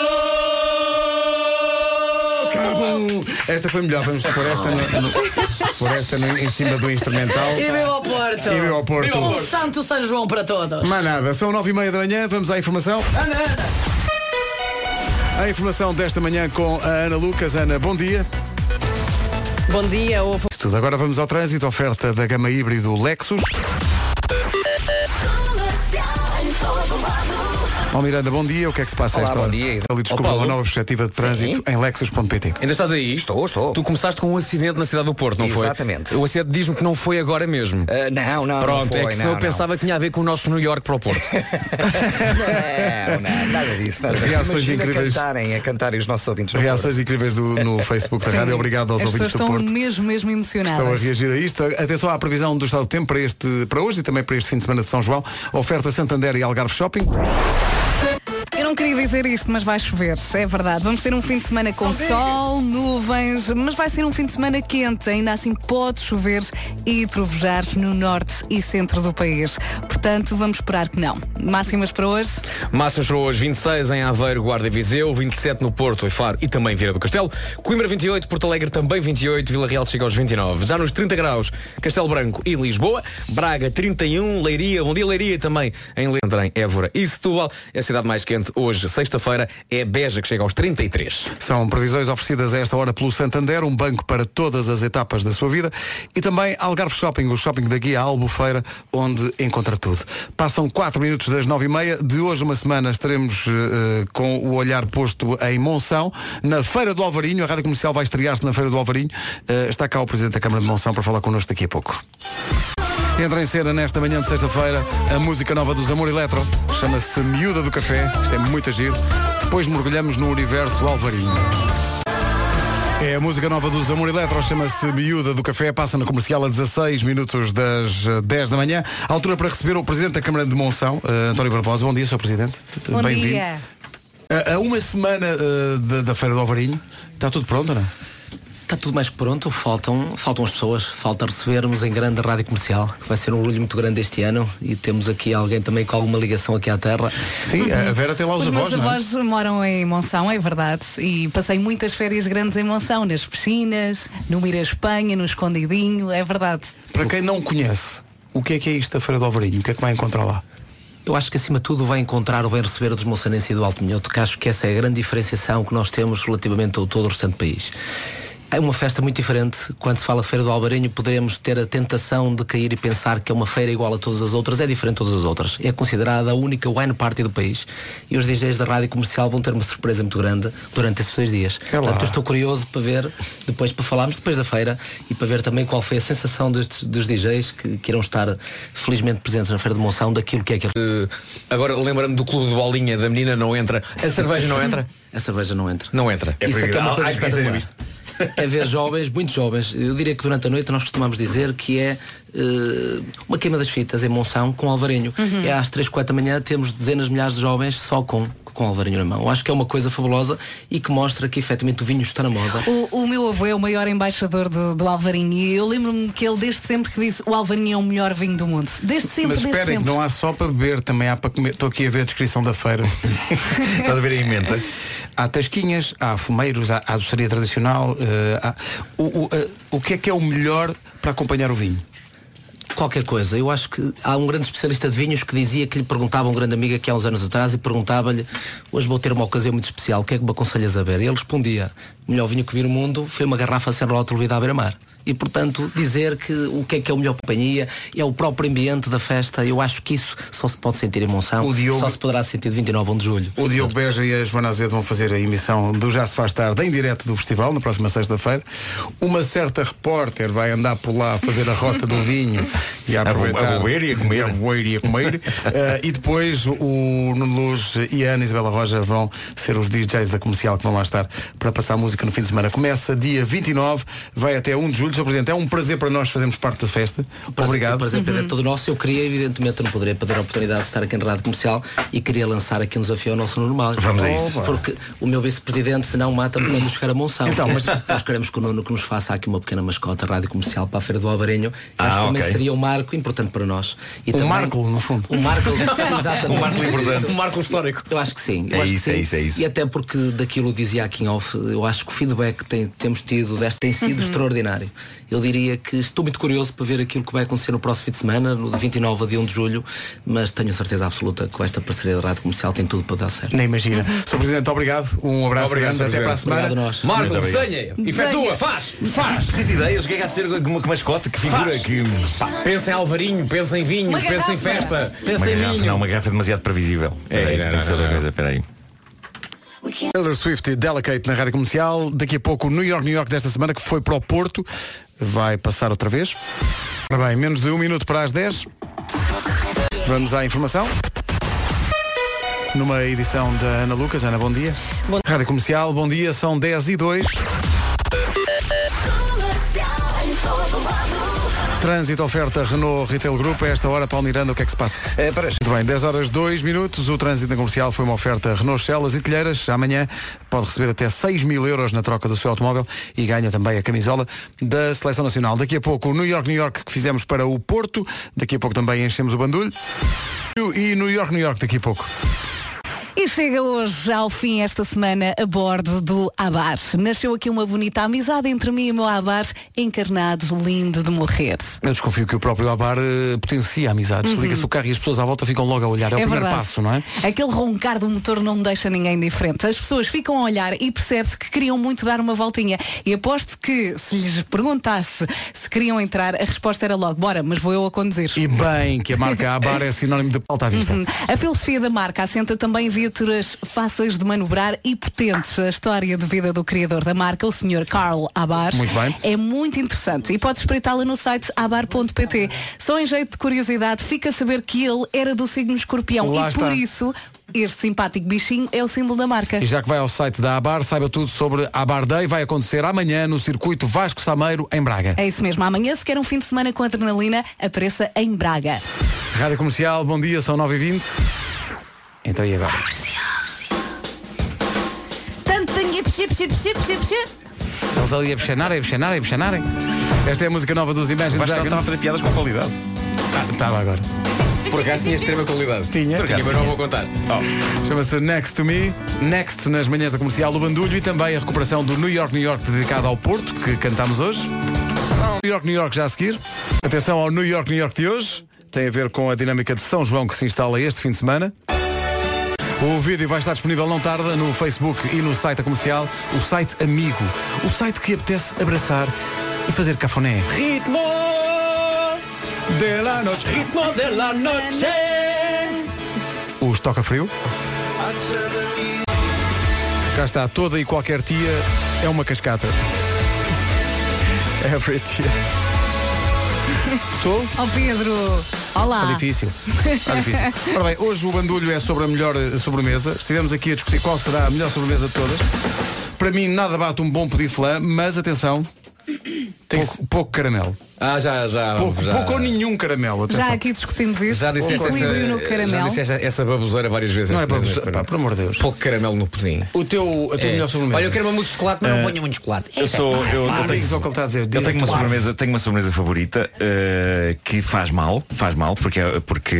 S1: Acabou! Esta foi melhor, vamos pôr esta, no- no- pôr esta no- em cima do instrumental.
S15: E viva ao Porto.
S1: Então, E viva ao Porto. Viva ao
S15: Um
S1: Porto.
S15: santo São João para todos.
S1: Mas nada, são nove e meia da manhã, vamos à informação.
S15: Ana, Ana.
S11: A informação desta manhã com a Ana Lucas. Ana, bom dia.
S3: Bom dia, ovo.
S1: Tudo. Agora vamos ao trânsito, oferta da gama híbrido Lexus. Ó Miranda, bom dia. O que é que se passa a
S6: Olá,
S1: esta hora?
S6: bom dia.
S1: Ele descobriu
S6: Ó,
S1: uma
S6: Paulo.
S1: nova perspectiva de trânsito em lexus.pt.
S6: Ainda estás aí?
S4: Estou, estou.
S6: Tu começaste com um acidente na cidade do Porto, não foi?
S4: Exatamente. Ah,
S6: O acidente diz-me que não foi agora mesmo.
S4: não, não,
S6: Pronto,
S4: não foi,
S6: é que senão
S4: não,
S6: eu
S4: não.
S6: pensava que tinha a ver com o nosso New York para o Porto.
S4: Não, não, nada disso. Nada disso.
S1: Reações
S4: Imagina
S1: incríveis.
S4: Cantarem, a cantarem os nossos ouvintes. no
S1: Reações incríveis do- no Facebook da rádio. Obrigado aos
S3: As pessoas
S1: ouvintes do
S3: estão
S1: Porto.
S3: mesmo, mesmo
S1: Estão a
S3: emocionadas.
S1: reagir a isto. Atenção à previsão do estado do tempo para, este, para hoje e também para este fim de semana de São João. Oferta Santander e Algarve Shopping.
S3: Eu não queria dizer isto, mas vai chover, é verdade. Vamos ter um fim de semana com sol, nuvens, mas vai ser um fim de semana quente. Ainda assim pode chover e trovejar no norte e centro do país. Portanto, vamos esperar que não. Máximas para hoje.
S6: Máximas para hoje 26 em Aveiro, Guarda e Viseu, 27 no Porto e Faro e também Vieira do Castelo, Coimbra 28, Porto Alegre também 28, Vila Real chega aos 29. Já nos 30 graus, Castelo Branco e Lisboa, Braga 31, Leiria, bom dia Leiria também em Lendrém, Évora e Setúbal. É A cidade mais quente hoje, sexta-feira, é Beja que chega aos 33.
S1: São previsões oferecidas a esta hora pelo Santander, um banco para todas as etapas da sua vida, e também Algarve Shopping, o shopping da Guia Albufeira, onde encontra tudo. Passam 4 minutos das 9 e meia, de hoje uma semana estaremos eh, com o olhar posto em Monção, na Feira do Alvarinho, a Rádio Comercial vai estrear-se na Feira do Alvarinho, Eh, está cá o Presidente da Câmara de Monção para falar connosco daqui a pouco. Entra em cena nesta manhã de sexta-feira a música nova dos Amor Eletro, chama-se Miúda do Café, isto é muito giro. Depois mergulhamos no universo Alvarinho. É a música nova dos Amor Eletro, chama-se Miúda do Café, passa na comercial a 16 minutos das eh, 10 da manhã. Altura para receber o Presidente da Câmara de Monção, eh, António Barbosa. Bom dia, Sr. Presidente.
S3: Bom
S1: Bem-vindo.
S3: dia.
S1: A, a uma semana eh, da, da Feira do Alvarinho, está tudo pronto, não é?
S18: Está tudo mais que pronto, faltam, faltam as pessoas, falta recebermos em grande a rádio comercial, que vai ser um orgulho muito grande este ano e temos aqui alguém também com alguma ligação aqui à terra.
S1: Sim, a Vera tem lá
S3: Os meus avós é? moram em Monção, é verdade. E passei muitas férias grandes em Monção, nas piscinas, no Mira Espanha, no Escondidinho, é verdade.
S1: Para quem não conhece, o que é que é isto da Feira do Alvarinho? O que é que vai encontrar lá?
S18: Eu acho que acima de tudo vai encontrar o bem receber dos moçanenses e do Alto Minhoto, que acho que essa é a grande diferenciação que nós temos relativamente a todo o restante país. É uma festa muito diferente. Quando se fala de Feira do Alvarinho, poderemos ter a tentação de cair e pensar que é uma feira igual a todas as outras. É diferente de todas as outras. É considerada a única wine party do país. E os DJs da rádio comercial vão ter uma surpresa muito grande durante esses dois dias.
S1: É lá.
S18: Portanto, eu estou curioso para ver, depois para falarmos depois da feira e para ver também qual foi a sensação destes- dos DJs que, que irão estar felizmente presentes na Feira de Monção daquilo que é aquilo.
S6: Eh, Agora lembra-me do clube de bolinha da menina não entra. A cerveja não entra?
S18: A cerveja não entra.
S6: Não entra.
S18: Isso é que é uma coisa
S16: Há- há quem seja
S18: espetacular. É ver jovens, muito jovens. Eu diria que durante a noite nós costumamos dizer que é eh, uma queima das fitas em Monção com Alvarinho. É às 3, 4 da manhã, temos dezenas de milhares de jovens só com, com Alvarinho na mão. Eu acho que é uma coisa fabulosa e que mostra que efetivamente o vinho está na moda.
S3: O, o meu avô é o maior embaixador do, do Alvarinho e eu lembro-me que ele desde sempre que disse o Alvarinho é o melhor vinho do mundo. Desde sempre,
S1: Mas
S3: desde
S1: esperem que
S3: sempre.
S1: não há só para beber, também há para comer. Estou aqui a ver a descrição da feira.
S16: Estás a ver aí em mente?
S1: há tasquinhas, há fumeiros, há, há doçaria tradicional. eh, há- O, o, eh, o que é que é o melhor para acompanhar o vinho?
S18: Qualquer coisa. Eu acho que há um grande especialista de vinhos que dizia que lhe perguntava a um grande amigo aqui há uns anos atrás e perguntava-lhe hoje vou ter uma ocasião muito especial, o que é que me aconselhas a ver? E ele respondia, o melhor vinho que vi no mundo foi uma garrafa sem rótulo e à beira-mar. e, portanto, dizer que o que é que é a melhor companhia é o próprio ambiente da festa. Eu acho que isso só se pode sentir em Monção,
S1: O Diogo-
S18: só se poderá sentir de 29 a 1 de julho.
S1: O Diogo Beja e a Joana Azevedo vão fazer a emissão do Já Se Faz Tarde em direto do festival, na próxima sexta-feira. Uma certa repórter vai andar por lá a fazer a rota do vinho e a
S9: A bo-
S1: aproveitar.
S9: a bobeira e a comer.
S1: A bobeira e a comer. Eh, e depois o Nuno Luz e a Ana Isabela Roja vão ser os DJs da comercial que vão lá estar para passar música no fim de semana. Começa dia 29, vai até 1 de julho. Sr. Presidente, é um prazer para nós fazermos parte da festa. Obrigado.
S18: Por exemplo, é todo nosso. Eu queria, evidentemente, não poderia perder a oportunidade de estar aqui na Rádio Comercial e queria lançar aqui um desafio ao nosso Nuno Malho.
S9: Vamos a isso.
S18: Porque o meu vice-presidente, se não mata, quando chegar a Monção.
S9: Então, mas-
S18: nós queremos que o Nuno que nos faça aqui uma pequena mascota Rádio Comercial para a Feira do Alvarenho.
S9: Ah,
S18: acho que
S9: ok.
S18: também seria um marco importante para nós. E
S9: Um marco,
S1: no fundo.
S18: Um marco,
S9: Um marco importante.
S18: Um marco histórico. Eu acho que sim. eu
S9: É
S18: acho que
S9: isso, é
S18: sim.
S9: isso, é isso.
S18: E até porque daquilo dizia aqui em off, eu acho que o feedback que tem- temos tido desta tem sido
S9: Uhum.
S18: extraordinário. Eu diria que estou muito curioso para ver aquilo que vai acontecer no próximo fim de semana, no de 29 a de 1 de julho, mas tenho a certeza absoluta que com esta parceria da Rádio Comercial tem tudo para dar certo.
S1: Nem imagina. Sr. Presidente, obrigado. Um abraço
S18: Obrigado,
S1: grande.
S18: Sr.
S1: Até para a
S18: Presidente.
S1: semana.
S18: Obrigado a nós. Marco, Muito obrigado.
S6: É,
S18: desenha, efetua, faz,
S9: Faz! Preciso de ideias, o que é que há de ser com uma mascote? Que figura?
S6: Faz.
S9: Que... Pá.
S6: Pensa em Alvarinho, pensa em vinho,
S9: Uma
S6: pensa em festa.
S9: uma garrafa, não, uma garrafa demasiado previsível.
S6: É,
S9: Peraí,
S6: não,
S9: tem
S6: não,
S9: que ser outra
S6: não.
S9: coisa, peraí.
S1: Taylor Swift e Delicate na rádio comercial. Daqui a pouco o New York, New York desta semana, que foi para o Porto, vai passar outra vez. Ora bem, menos de um minuto para as 10. Vamos à informação. Numa edição da Ana Lucas. Ana, bom dia. Rádio Comercial, bom dia. São 10 e 2. Trânsito oferta Renault Retail Group. A esta hora, Paulo Miranda, o que é que se passa? É, para... Muito bem, 10 horas 2 minutos. O trânsito na comercial foi uma oferta Renault Celas e Telheiras. Amanhã pode receber até 6 mil euros na troca do seu automóvel e ganha também a camisola da Seleção Nacional. Daqui a pouco, o New York, New York que fizemos para o Porto. Daqui a pouco também enchemos o bandulho. E New York, New York daqui a pouco.
S3: E chega hoje ao fim esta semana a bordo do Abar. Nasceu aqui uma bonita amizade entre mim e o meu Abar, encarnado, lindo de morrer.
S1: Eu desconfio que o próprio Abar eh, potencia amizades.
S3: Uhum.
S1: Liga-se o carro e as pessoas à volta ficam logo a olhar. É, o primeiro
S3: verdade.
S1: passo, não é?
S3: Aquele roncar do motor não deixa ninguém diferente. As pessoas ficam a olhar e percebe-se que queriam muito dar uma voltinha. E aposto que se lhes perguntasse se queriam entrar, a resposta era logo, bora, mas vou eu a conduzir.
S1: E bem que a marca Abar é sinónimo de alta à vista.
S3: Uhum. A filosofia da marca assenta também em viaturas fáceis de manobrar e potentes. A história de vida do criador da marca, o Sr. Carl Abar,
S2: Muito bem.
S3: é muito interessante e pode espreitá-la no site abar.pt. Só em jeito de curiosidade, fica a saber que ele era do signo escorpião
S1: Lá
S3: e
S1: está.
S3: por isso este simpático bichinho é o símbolo da marca.
S1: E já que vai ao site da Abar, saiba tudo sobre Abar Day. Vai acontecer amanhã no circuito Vasco Sameiro, em Braga.
S3: É isso mesmo, amanhã se quer um fim de semana com adrenalina, apareça em Braga.
S1: Rádio Comercial, bom dia, são 9h20. Então e agora?
S2: Tanto tenho psi, psi, psi, psi, psi.
S1: Estamos ali a bexanarem, a bexanarem, a bexanarem. Esta é a música nova dos Imagine
S9: Vais
S1: Dragons.
S9: estar a fazer piadas com qualidade.
S1: Ah, estava agora.
S6: Por acaso tinha extrema qualidade.
S1: Tinha.
S6: Por acaso, mas não vou contar.
S1: Chama-se Next to Me, Next nas manhãs da comercial, o Bandulho e também a recuperação do New York, New York dedicado ao Porto, que cantámos hoje. New York, New York já a seguir. Atenção ao New York, New York de hoje. Tem a ver com a dinâmica de São João que se instala este fim de semana. O vídeo vai estar disponível não tarda no Facebook e no site da comercial, o site Amigo, o site que apetece abraçar e fazer cafoné.
S2: Ritmo
S1: de la noche.
S2: Ritmo de la noche.
S1: Os Toca Frio. Cá está, toda e qualquer tia é uma cascata. Every tia. Estou?
S3: Ó Pedro, olá.
S1: Está Tá
S2: Ah.
S1: difícil. Está difícil. Ora bem, hoje o bandulho é sobre a melhor eh, sobremesa. Estivemos aqui a discutir qual será a melhor sobremesa de todas. Para mim, nada bate um bom pudim de flan, mas atenção, pouco, pouco caramelo.
S6: Ah, já, já.
S1: Pouco,
S6: já.
S1: pouco ou nenhum caramelo. Atenção.
S3: Já aqui discutimos isso.
S6: Já disseste,
S3: Equilíbrio
S6: essa,
S3: no
S9: Oh.
S6: já
S3: caramelo.
S6: disseste essa baboseira várias vezes.
S1: Não é
S6: esta-
S1: baboseira,
S6: esta-
S1: pá, por amor de Deus.
S6: Pouco caramelo no pudim.
S1: O teu, a tua
S6: É.
S1: melhor sobremesa.
S6: Olha, eu quero uma muito de chocolate, mas
S9: Eh,
S6: não ponho muito de chocolate.
S3: é
S9: Eu sou. Eu, eu
S1: Ah,
S9: tenho,
S1: diz ao que ele está a dizer, diz
S9: eu
S1: ao
S9: tenho uma
S1: que é ele-
S9: sobremesa, tenho uma sobremesa favorita eh, que faz mal, faz mal, porque, é- porque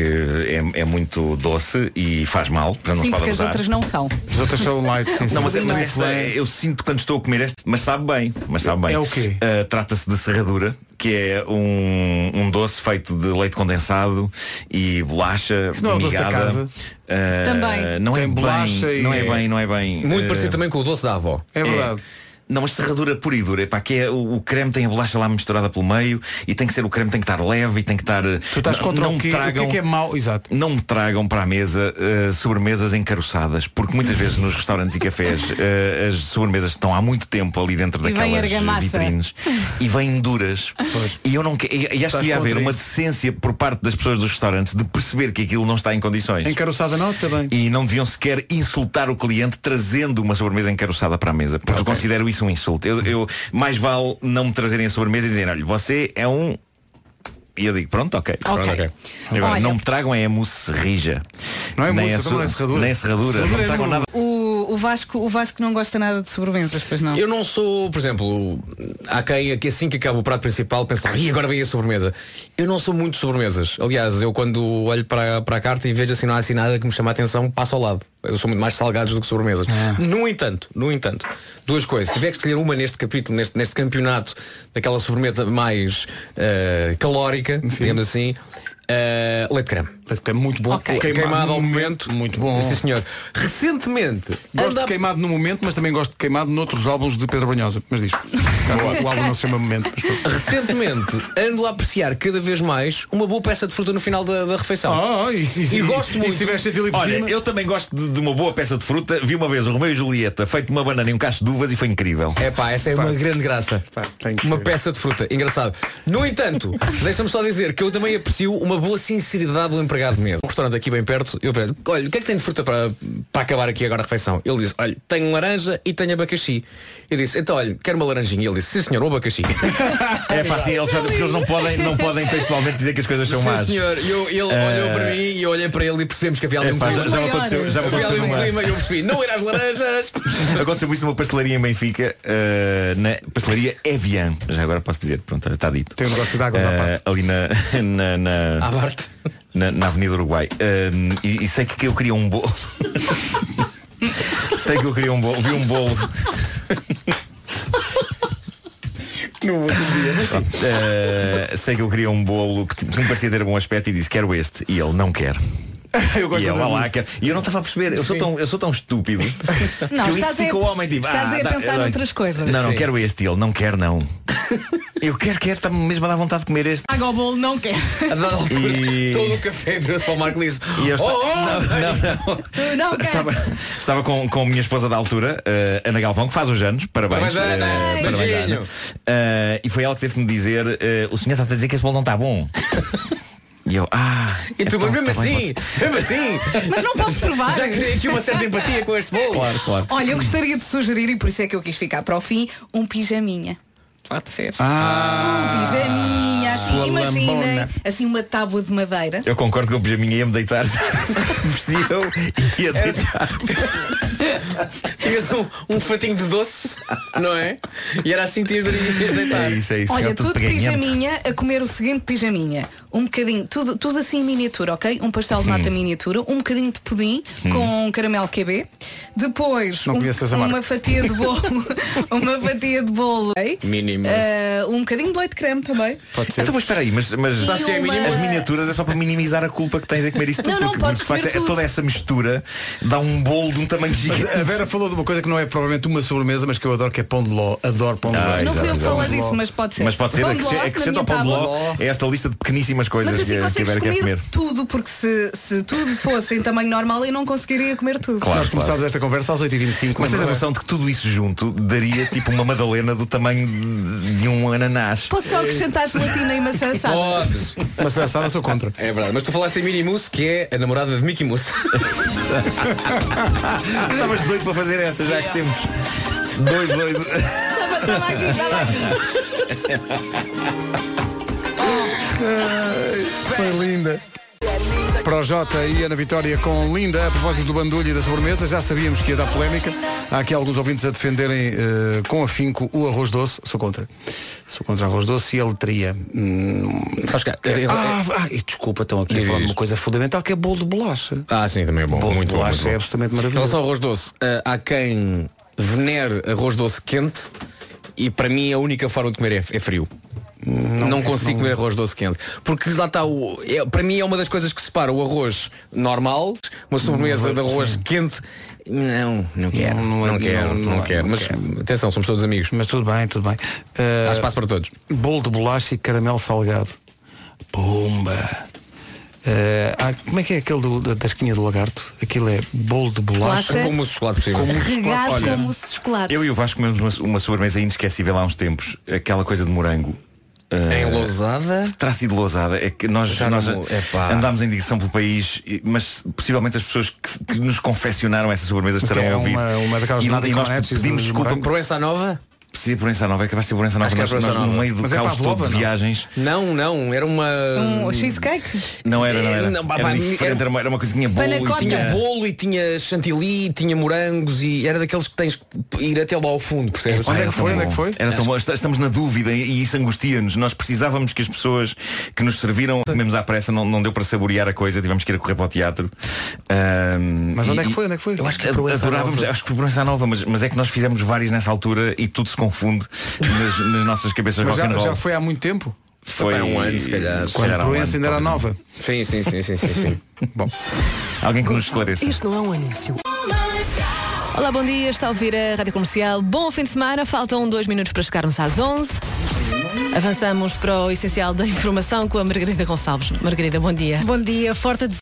S9: é, é muito doce e faz mal, para não se
S3: Sim,
S9: pode
S3: porque as
S9: abusar.
S3: outras não são.
S1: As outras são light, sim, sim.
S9: Não, mas, é-
S6: é
S1: Pudim
S9: mas
S1: light.
S9: esta, eu sinto quando estou a comer esta, mas sabe bem, mas sabe bem.
S1: É o quê?
S9: Uh, Trata-se de serradura, que é um, um doce feito de leite condensado e bolacha.
S1: Isso não é o doce da
S9: amigada.
S1: casa?
S9: Uh,
S1: Também.
S9: Não é
S1: Tem
S9: bem,
S1: bolacha e-
S9: Não é bem, não é bem.
S6: Muito
S9: Uh,
S6: parecido também com o doce da avó.
S9: É verdade. Não, mas serradura pura e dura, epá, que é o, o creme tem a bolacha lá misturada pelo meio e tem que ser o creme, tem que estar leve e tem que estar.
S1: Tu estás contra o
S9: me
S1: quê? O que é que é mau? Exato.
S9: Não me tragam para a mesa eh, sobremesas encaroçadas, porque muitas vezes nos restaurantes e cafés eh, as sobremesas estão há muito tempo ali dentro
S3: E vem
S9: daquelas
S3: argamassa.
S9: vitrines e vêm duras. E eu não que- e, e acho
S1: Estás
S9: que ia haver
S1: contra
S9: uma
S1: isso.
S9: decência por parte das pessoas dos restaurantes de perceber que aquilo não está em condições.
S1: Encaroçada não, também.
S9: E não deviam sequer insultar o cliente trazendo uma sobremesa encaroçada para a mesa. Porque eu considero isso um insulto. Eu, eu- mais vale não me trazerem a sobremesa e dizerem, olha, você é um. E eu digo, pronto, ok. Pronto, ok. Agora,
S3: Olha.
S9: não me tragam é a mousse rija. Não
S1: é
S9: nem
S1: mousse,
S9: a
S1: então não é serradura.
S9: Nem a serradura.
S6: tá
S9: Não me tragam nada.
S3: O, o, Vasco, o Vasco não gosta nada de sobremesas, pois não?
S6: Eu não sou, por exemplo, há quem aqui assim que acaba o prato principal pensa, e agora vem a sobremesa. Eu não sou muito de sobremesas. Aliás, eu quando olho para, para a carta e vejo assim não há assim nada que me chama a atenção, passo ao lado. Eu sou muito mais salgados do que sobremesas.
S1: É.
S6: No entanto, no entanto, duas coisas. Se tiver que escolher uma neste capítulo, neste, neste campeonato, daquela sobremesa mais eh, calórica, digamos assim, eh, leite de creme.
S1: Leite de creme muito bom.
S6: é Queimado, ao momento.
S1: Muito bom.
S6: Sim, senhor. Recentemente.
S1: Gosto
S6: anda-
S1: de queimado no momento, mas também gosto de queimado noutros álbuns de Pedro Banhosa. Mas diz. o álbum não se chama momento. mas pronto.
S6: Recentemente ando a apreciar cada vez mais uma boa peça de fruta no final da, da refeição.
S1: Ah,
S9: Oh,
S6: e gosto muito.
S9: Olha, eu também gosto de, de uma boa peça de fruta. Vi uma vez o Romeu e Julieta feito uma banana e um cacho de uvas e foi incrível.
S6: É pá, essa é uma grande graça. uma peça de fruta, engraçado. No entanto, deixa-me só dizer que eu também aprecio uma boa sinceridade do empregado de mesa. Um restaurante aqui bem perto, eu penso, olha, o que é que tem de fruta para, para acabar aqui agora a refeição? Ele disse, olha, tenho laranja e tenho abacaxi. Eu disse, então olha, quero uma laranjinha. Ele disse, sim senhor, um abacaxi.
S9: É pá, sim, eles, fazem- porque eles não podem, não podem textualmente dizer que as coisas são
S6: Sim,
S9: más.
S6: senhor. E eu- ele
S9: Eh,
S6: olhou para mim e eu olhei para ele e percebemos que havia ali um
S9: Epá,
S6: clima.
S9: já- já me aconteceu- já me
S6: Havia ali
S9: aconteceu
S6: um
S9: numa-
S6: clima e eu percebi, não era as laranjas.
S9: Aconteceu isso numa pastelaria em Benfica, eh, na pastelaria Evian. Já agora posso dizer, pronto, olha, está dito.
S1: Tem um negócio de águas à
S9: Eh,
S1: parte.
S9: Ali na. na, na-
S1: À parte.
S9: Na, na Avenida Uruguai. Eh, e, e sei que eu queria um bolo. sei que eu queria um bolo. Vi um bolo.
S1: No outro dia, mas sim.
S9: Eh, sei que eu queria um bolo que, que me parecia ter bom aspecto e disse quero este. E ele não quer.
S1: Eu gosto
S9: e, ele, "Vá
S1: quando
S9: lá,
S1: ele-
S9: quer." e eu não estava a perceber, eu sou,
S1: Sim.
S9: tão, eu sou tão estúpido
S3: Não,
S9: que eu
S3: estás
S9: isso fica
S3: a-
S9: o homem tipo.
S3: estás
S9: "Ah,
S3: a
S9: dá-
S3: pensar
S9: olha,
S3: noutras coisas."
S9: Não, não
S3: Sim.
S9: quero este, E ele não quer não. Eu quero, quero, está-me mesmo a dar vontade de comer este.
S3: Água ao bolo não quer.
S6: A dada altura,
S9: E-
S6: todo o café virou-se para o Marco e disse,
S9: E eu
S6: "Oh,
S9: esta-
S6: oh,
S9: não, não, não.
S3: Tu não
S9: Esta-
S3: queres.
S9: Estava, estava com, com a minha esposa da altura, eh, Ana Galvão, que faz os anos, parabéns.
S6: Parabéns, Ana.
S9: eh, parabéns,
S6: Beijinho.
S9: Ana. Eh, e foi ela que teve que me dizer, eh, o senhor está a dizer que esse bolo não está bom. E eu, ah.
S6: E tu,
S9: então,
S6: mas mesmo
S9: tá bem,
S6: assim,
S9: pode ser."
S6: mesmo assim.
S3: Mas não podes provar.
S6: Já criei aqui uma certa empatia com este bolo.
S9: Claro, claro.
S3: Olha, eu gostaria de sugerir, e por isso é que eu quis ficar para o fim, um pijaminha. Pode ser. um pijaminha, assim,
S9: Ah, sua
S3: imaginem,
S9: lambona.
S3: assim uma tábua de madeira.
S9: Eu concordo que o pijaminha ia me deitar. Vestia eu e ia
S6: É.
S9: deitar.
S6: Tinhas um, um fatinho de doce, não é? E era assim que tinhas de tinhas de deitar.
S9: É isso, é isso.
S3: Olha,
S9: Era
S3: tudo de
S9: peganhento.
S3: pijaminha a comer o seguinte pijaminha. Um bocadinho, tudo, tudo assim em miniatura, ok? Um pastel de nata
S9: Hum.
S3: miniatura, um bocadinho de pudim com um caramelo QB. Depois
S1: Não
S3: um-
S1: conheço essa marca.
S3: uma fatia de bolo. uma fatia de bolo. ok?
S6: Mínimo.
S3: Ah, um bocadinho de leite de creme também.
S1: Pode
S9: Então, mas espera aí, mas, mas
S3: E Sabes que é a mínima?
S9: as miniaturas é só para minimizar a culpa que tens em comer isso tudo.
S3: Não, não,
S9: porque
S3: podes
S9: de facto
S3: comer
S9: é-
S3: tudo.
S9: toda essa mistura dá um bolo de um tamanho gigante.
S1: A Vera falou de uma coisa que não é provavelmente uma sobremesa, mas que eu adoro, que é pão de ló. Adoro pão de ló.
S9: Ah,
S3: não fui eu que
S9: exato,
S3: falei
S9: exato.
S3: disso, mas pode ser.
S9: Mas pode ser, é
S3: Pão de
S9: acresce-
S3: ló, na
S9: acrescenta ao
S3: minha
S9: pão de
S3: tábua.
S9: ló é esta lista de pequeníssimas coisas
S3: Mas assim
S9: que, que
S3: consegues
S9: tiver
S3: comer,
S9: que comer.
S3: tudo, porque se, se tudo fosse em tamanho normal eu não conseguiria comer tudo.
S9: Claro,
S1: Nós começámos esta conversa às 8h25.
S9: Mas tens a
S1: lembra?
S9: noção de que tudo isso junto daria tipo uma madalena do tamanho de- de um ananás.
S3: Posso só acrescentar gelatina e maçã assada?
S6: Podes.
S1: Mas a Sara sou contra.
S6: É verdade, mas tu falaste em Minnie Mouse, que é a namorada de Mickey Mouse.
S9: Estavas doido para fazer essa, já que temos. Doido, doido.
S3: Estava aqui, estava aqui.
S1: Foi linda. Para o Jota e Ana Vitória com Linda, a propósito do bandulho e da sobremesa, já sabíamos que ia dar polémica. Há aqui alguns ouvintes a defenderem eh, com afinco o arroz doce. Sou contra. Sou contra arroz doce e a letria. Hum,
S6: Sabes que- eh,
S1: ah, ah, e desculpa, estão aqui a
S6: Diz,
S1: falar de
S6: diz.
S1: uma coisa fundamental que é bolo de bolacha.
S6: Ah, sim, também é bom.
S1: Bolo
S6: muito
S1: de
S6: bom.
S1: bolacha
S6: muito bom.
S1: é absolutamente
S6: Em relação
S1: maravilhoso.
S6: ao arroz doce, ah, há quem venere arroz doce quente e para mim a única forma de comer é, é frio. Não, consigo comer arroz doce quente. Porque lá está o. é- para mim é uma das coisas que separa o arroz normal, uma sobremesa
S19: arroz,
S6: de arroz
S19: sim.
S6: quente. Não, não quero. Não,
S1: não é-
S6: quero,
S1: não-
S6: não,
S1: não é-
S6: quero.
S1: não
S6: Mas atenção, somos todos amigos.
S1: Mas tudo bem, tudo bem. Eh,
S6: Há espaço para todos.
S1: Bolo de bolacha e caramelo salgado. Pumba. Eh, há- como é que é aquele do- da, da esquinha do lagarto? Aquilo é bolo de bolacha.
S6: Bolacha. Com mousse de chocolate por cima.
S1: Com mousse de
S20: Regado
S1: chocolate.
S20: com
S1: Olha,
S20: mousse de chocolate.
S9: Eu e o Vasco comemos uma, uma sobremesa inesquecível há uns tempos, aquela coisa de morango.
S6: Em
S9: Ah,
S6: Lousada?
S9: Terá sido Lousada. É que nós,
S6: Já
S9: nós
S6: não- epá.
S9: andámos em digressão pelo país, e- mas possivelmente as pessoas que, que nos confeccionaram essas sobremesas
S6: Ok,
S9: estarão
S6: é
S9: a ouvir.
S6: uma- uma daquelas
S9: e,
S6: nada
S9: e nós
S6: inconetes
S9: pedimos
S6: de- de
S9: desculpa.
S6: morango. Proença Nova?
S9: Sim, Proença Nova, é capaz de ser Proença Nova.
S6: Acho que é
S9: Nós,
S6: Proença
S9: nós,
S6: Nova.
S9: no meio do
S6: Mas é
S9: caos
S6: Pavlova,
S9: todo de
S6: não?
S9: viagens.
S6: Não, não, era uma.
S20: Um cheesecake?
S9: Não era, não
S6: Eh,
S9: era.
S6: não, pá, pá,
S9: era diferente,
S6: era-
S9: era uma, era uma coisinha boa
S6: Bolo, e tinha
S9: tinha
S6: bolo e tinha chantilly, e tinha morangos e era daqueles que tens que ir até lá ao fundo, percebes?
S9: Pá, é,
S1: é
S9: era tão
S6: é
S9: bom. Era tão bom. Est- Estamos na dúvida e e isso angustia-nos. Nós precisávamos que as pessoas que nos serviram, comemos à pressa, não, não deu para saborear a coisa, tivemos que ir a correr para o teatro. Ahm,
S1: Mas onde
S9: e-
S1: é que foi? Onde é que foi?
S9: Eu acho que
S1: A Proença
S9: adorávamos,
S1: Nova.
S9: acho que foi Proença Nova, mas, mas é que nós fizemos várias nessa altura e tudo se confunde nas, nas nossas cabeças
S21: Mas
S9: rock
S21: já,
S9: and roll.
S21: já foi há muito tempo?
S9: Foi
S21: Há um ano, se calhar. Quando
S9: há um
S21: Proença ainda era
S9: talvez não.
S21: nova.
S6: Sim, sim, sim, sim, sim, sim.
S9: Bom. Alguém que nos esclareça.
S2: Isto não é um anúncio.
S3: Olá, bom dia, está a ouvir a Rádio Comercial. Bom fim de semana, faltam dois minutos para chegarmos às 11. Avançamos para o essencial da informação com a Margarida Gonçalves. Margarida, bom dia.
S2: Bom dia, forte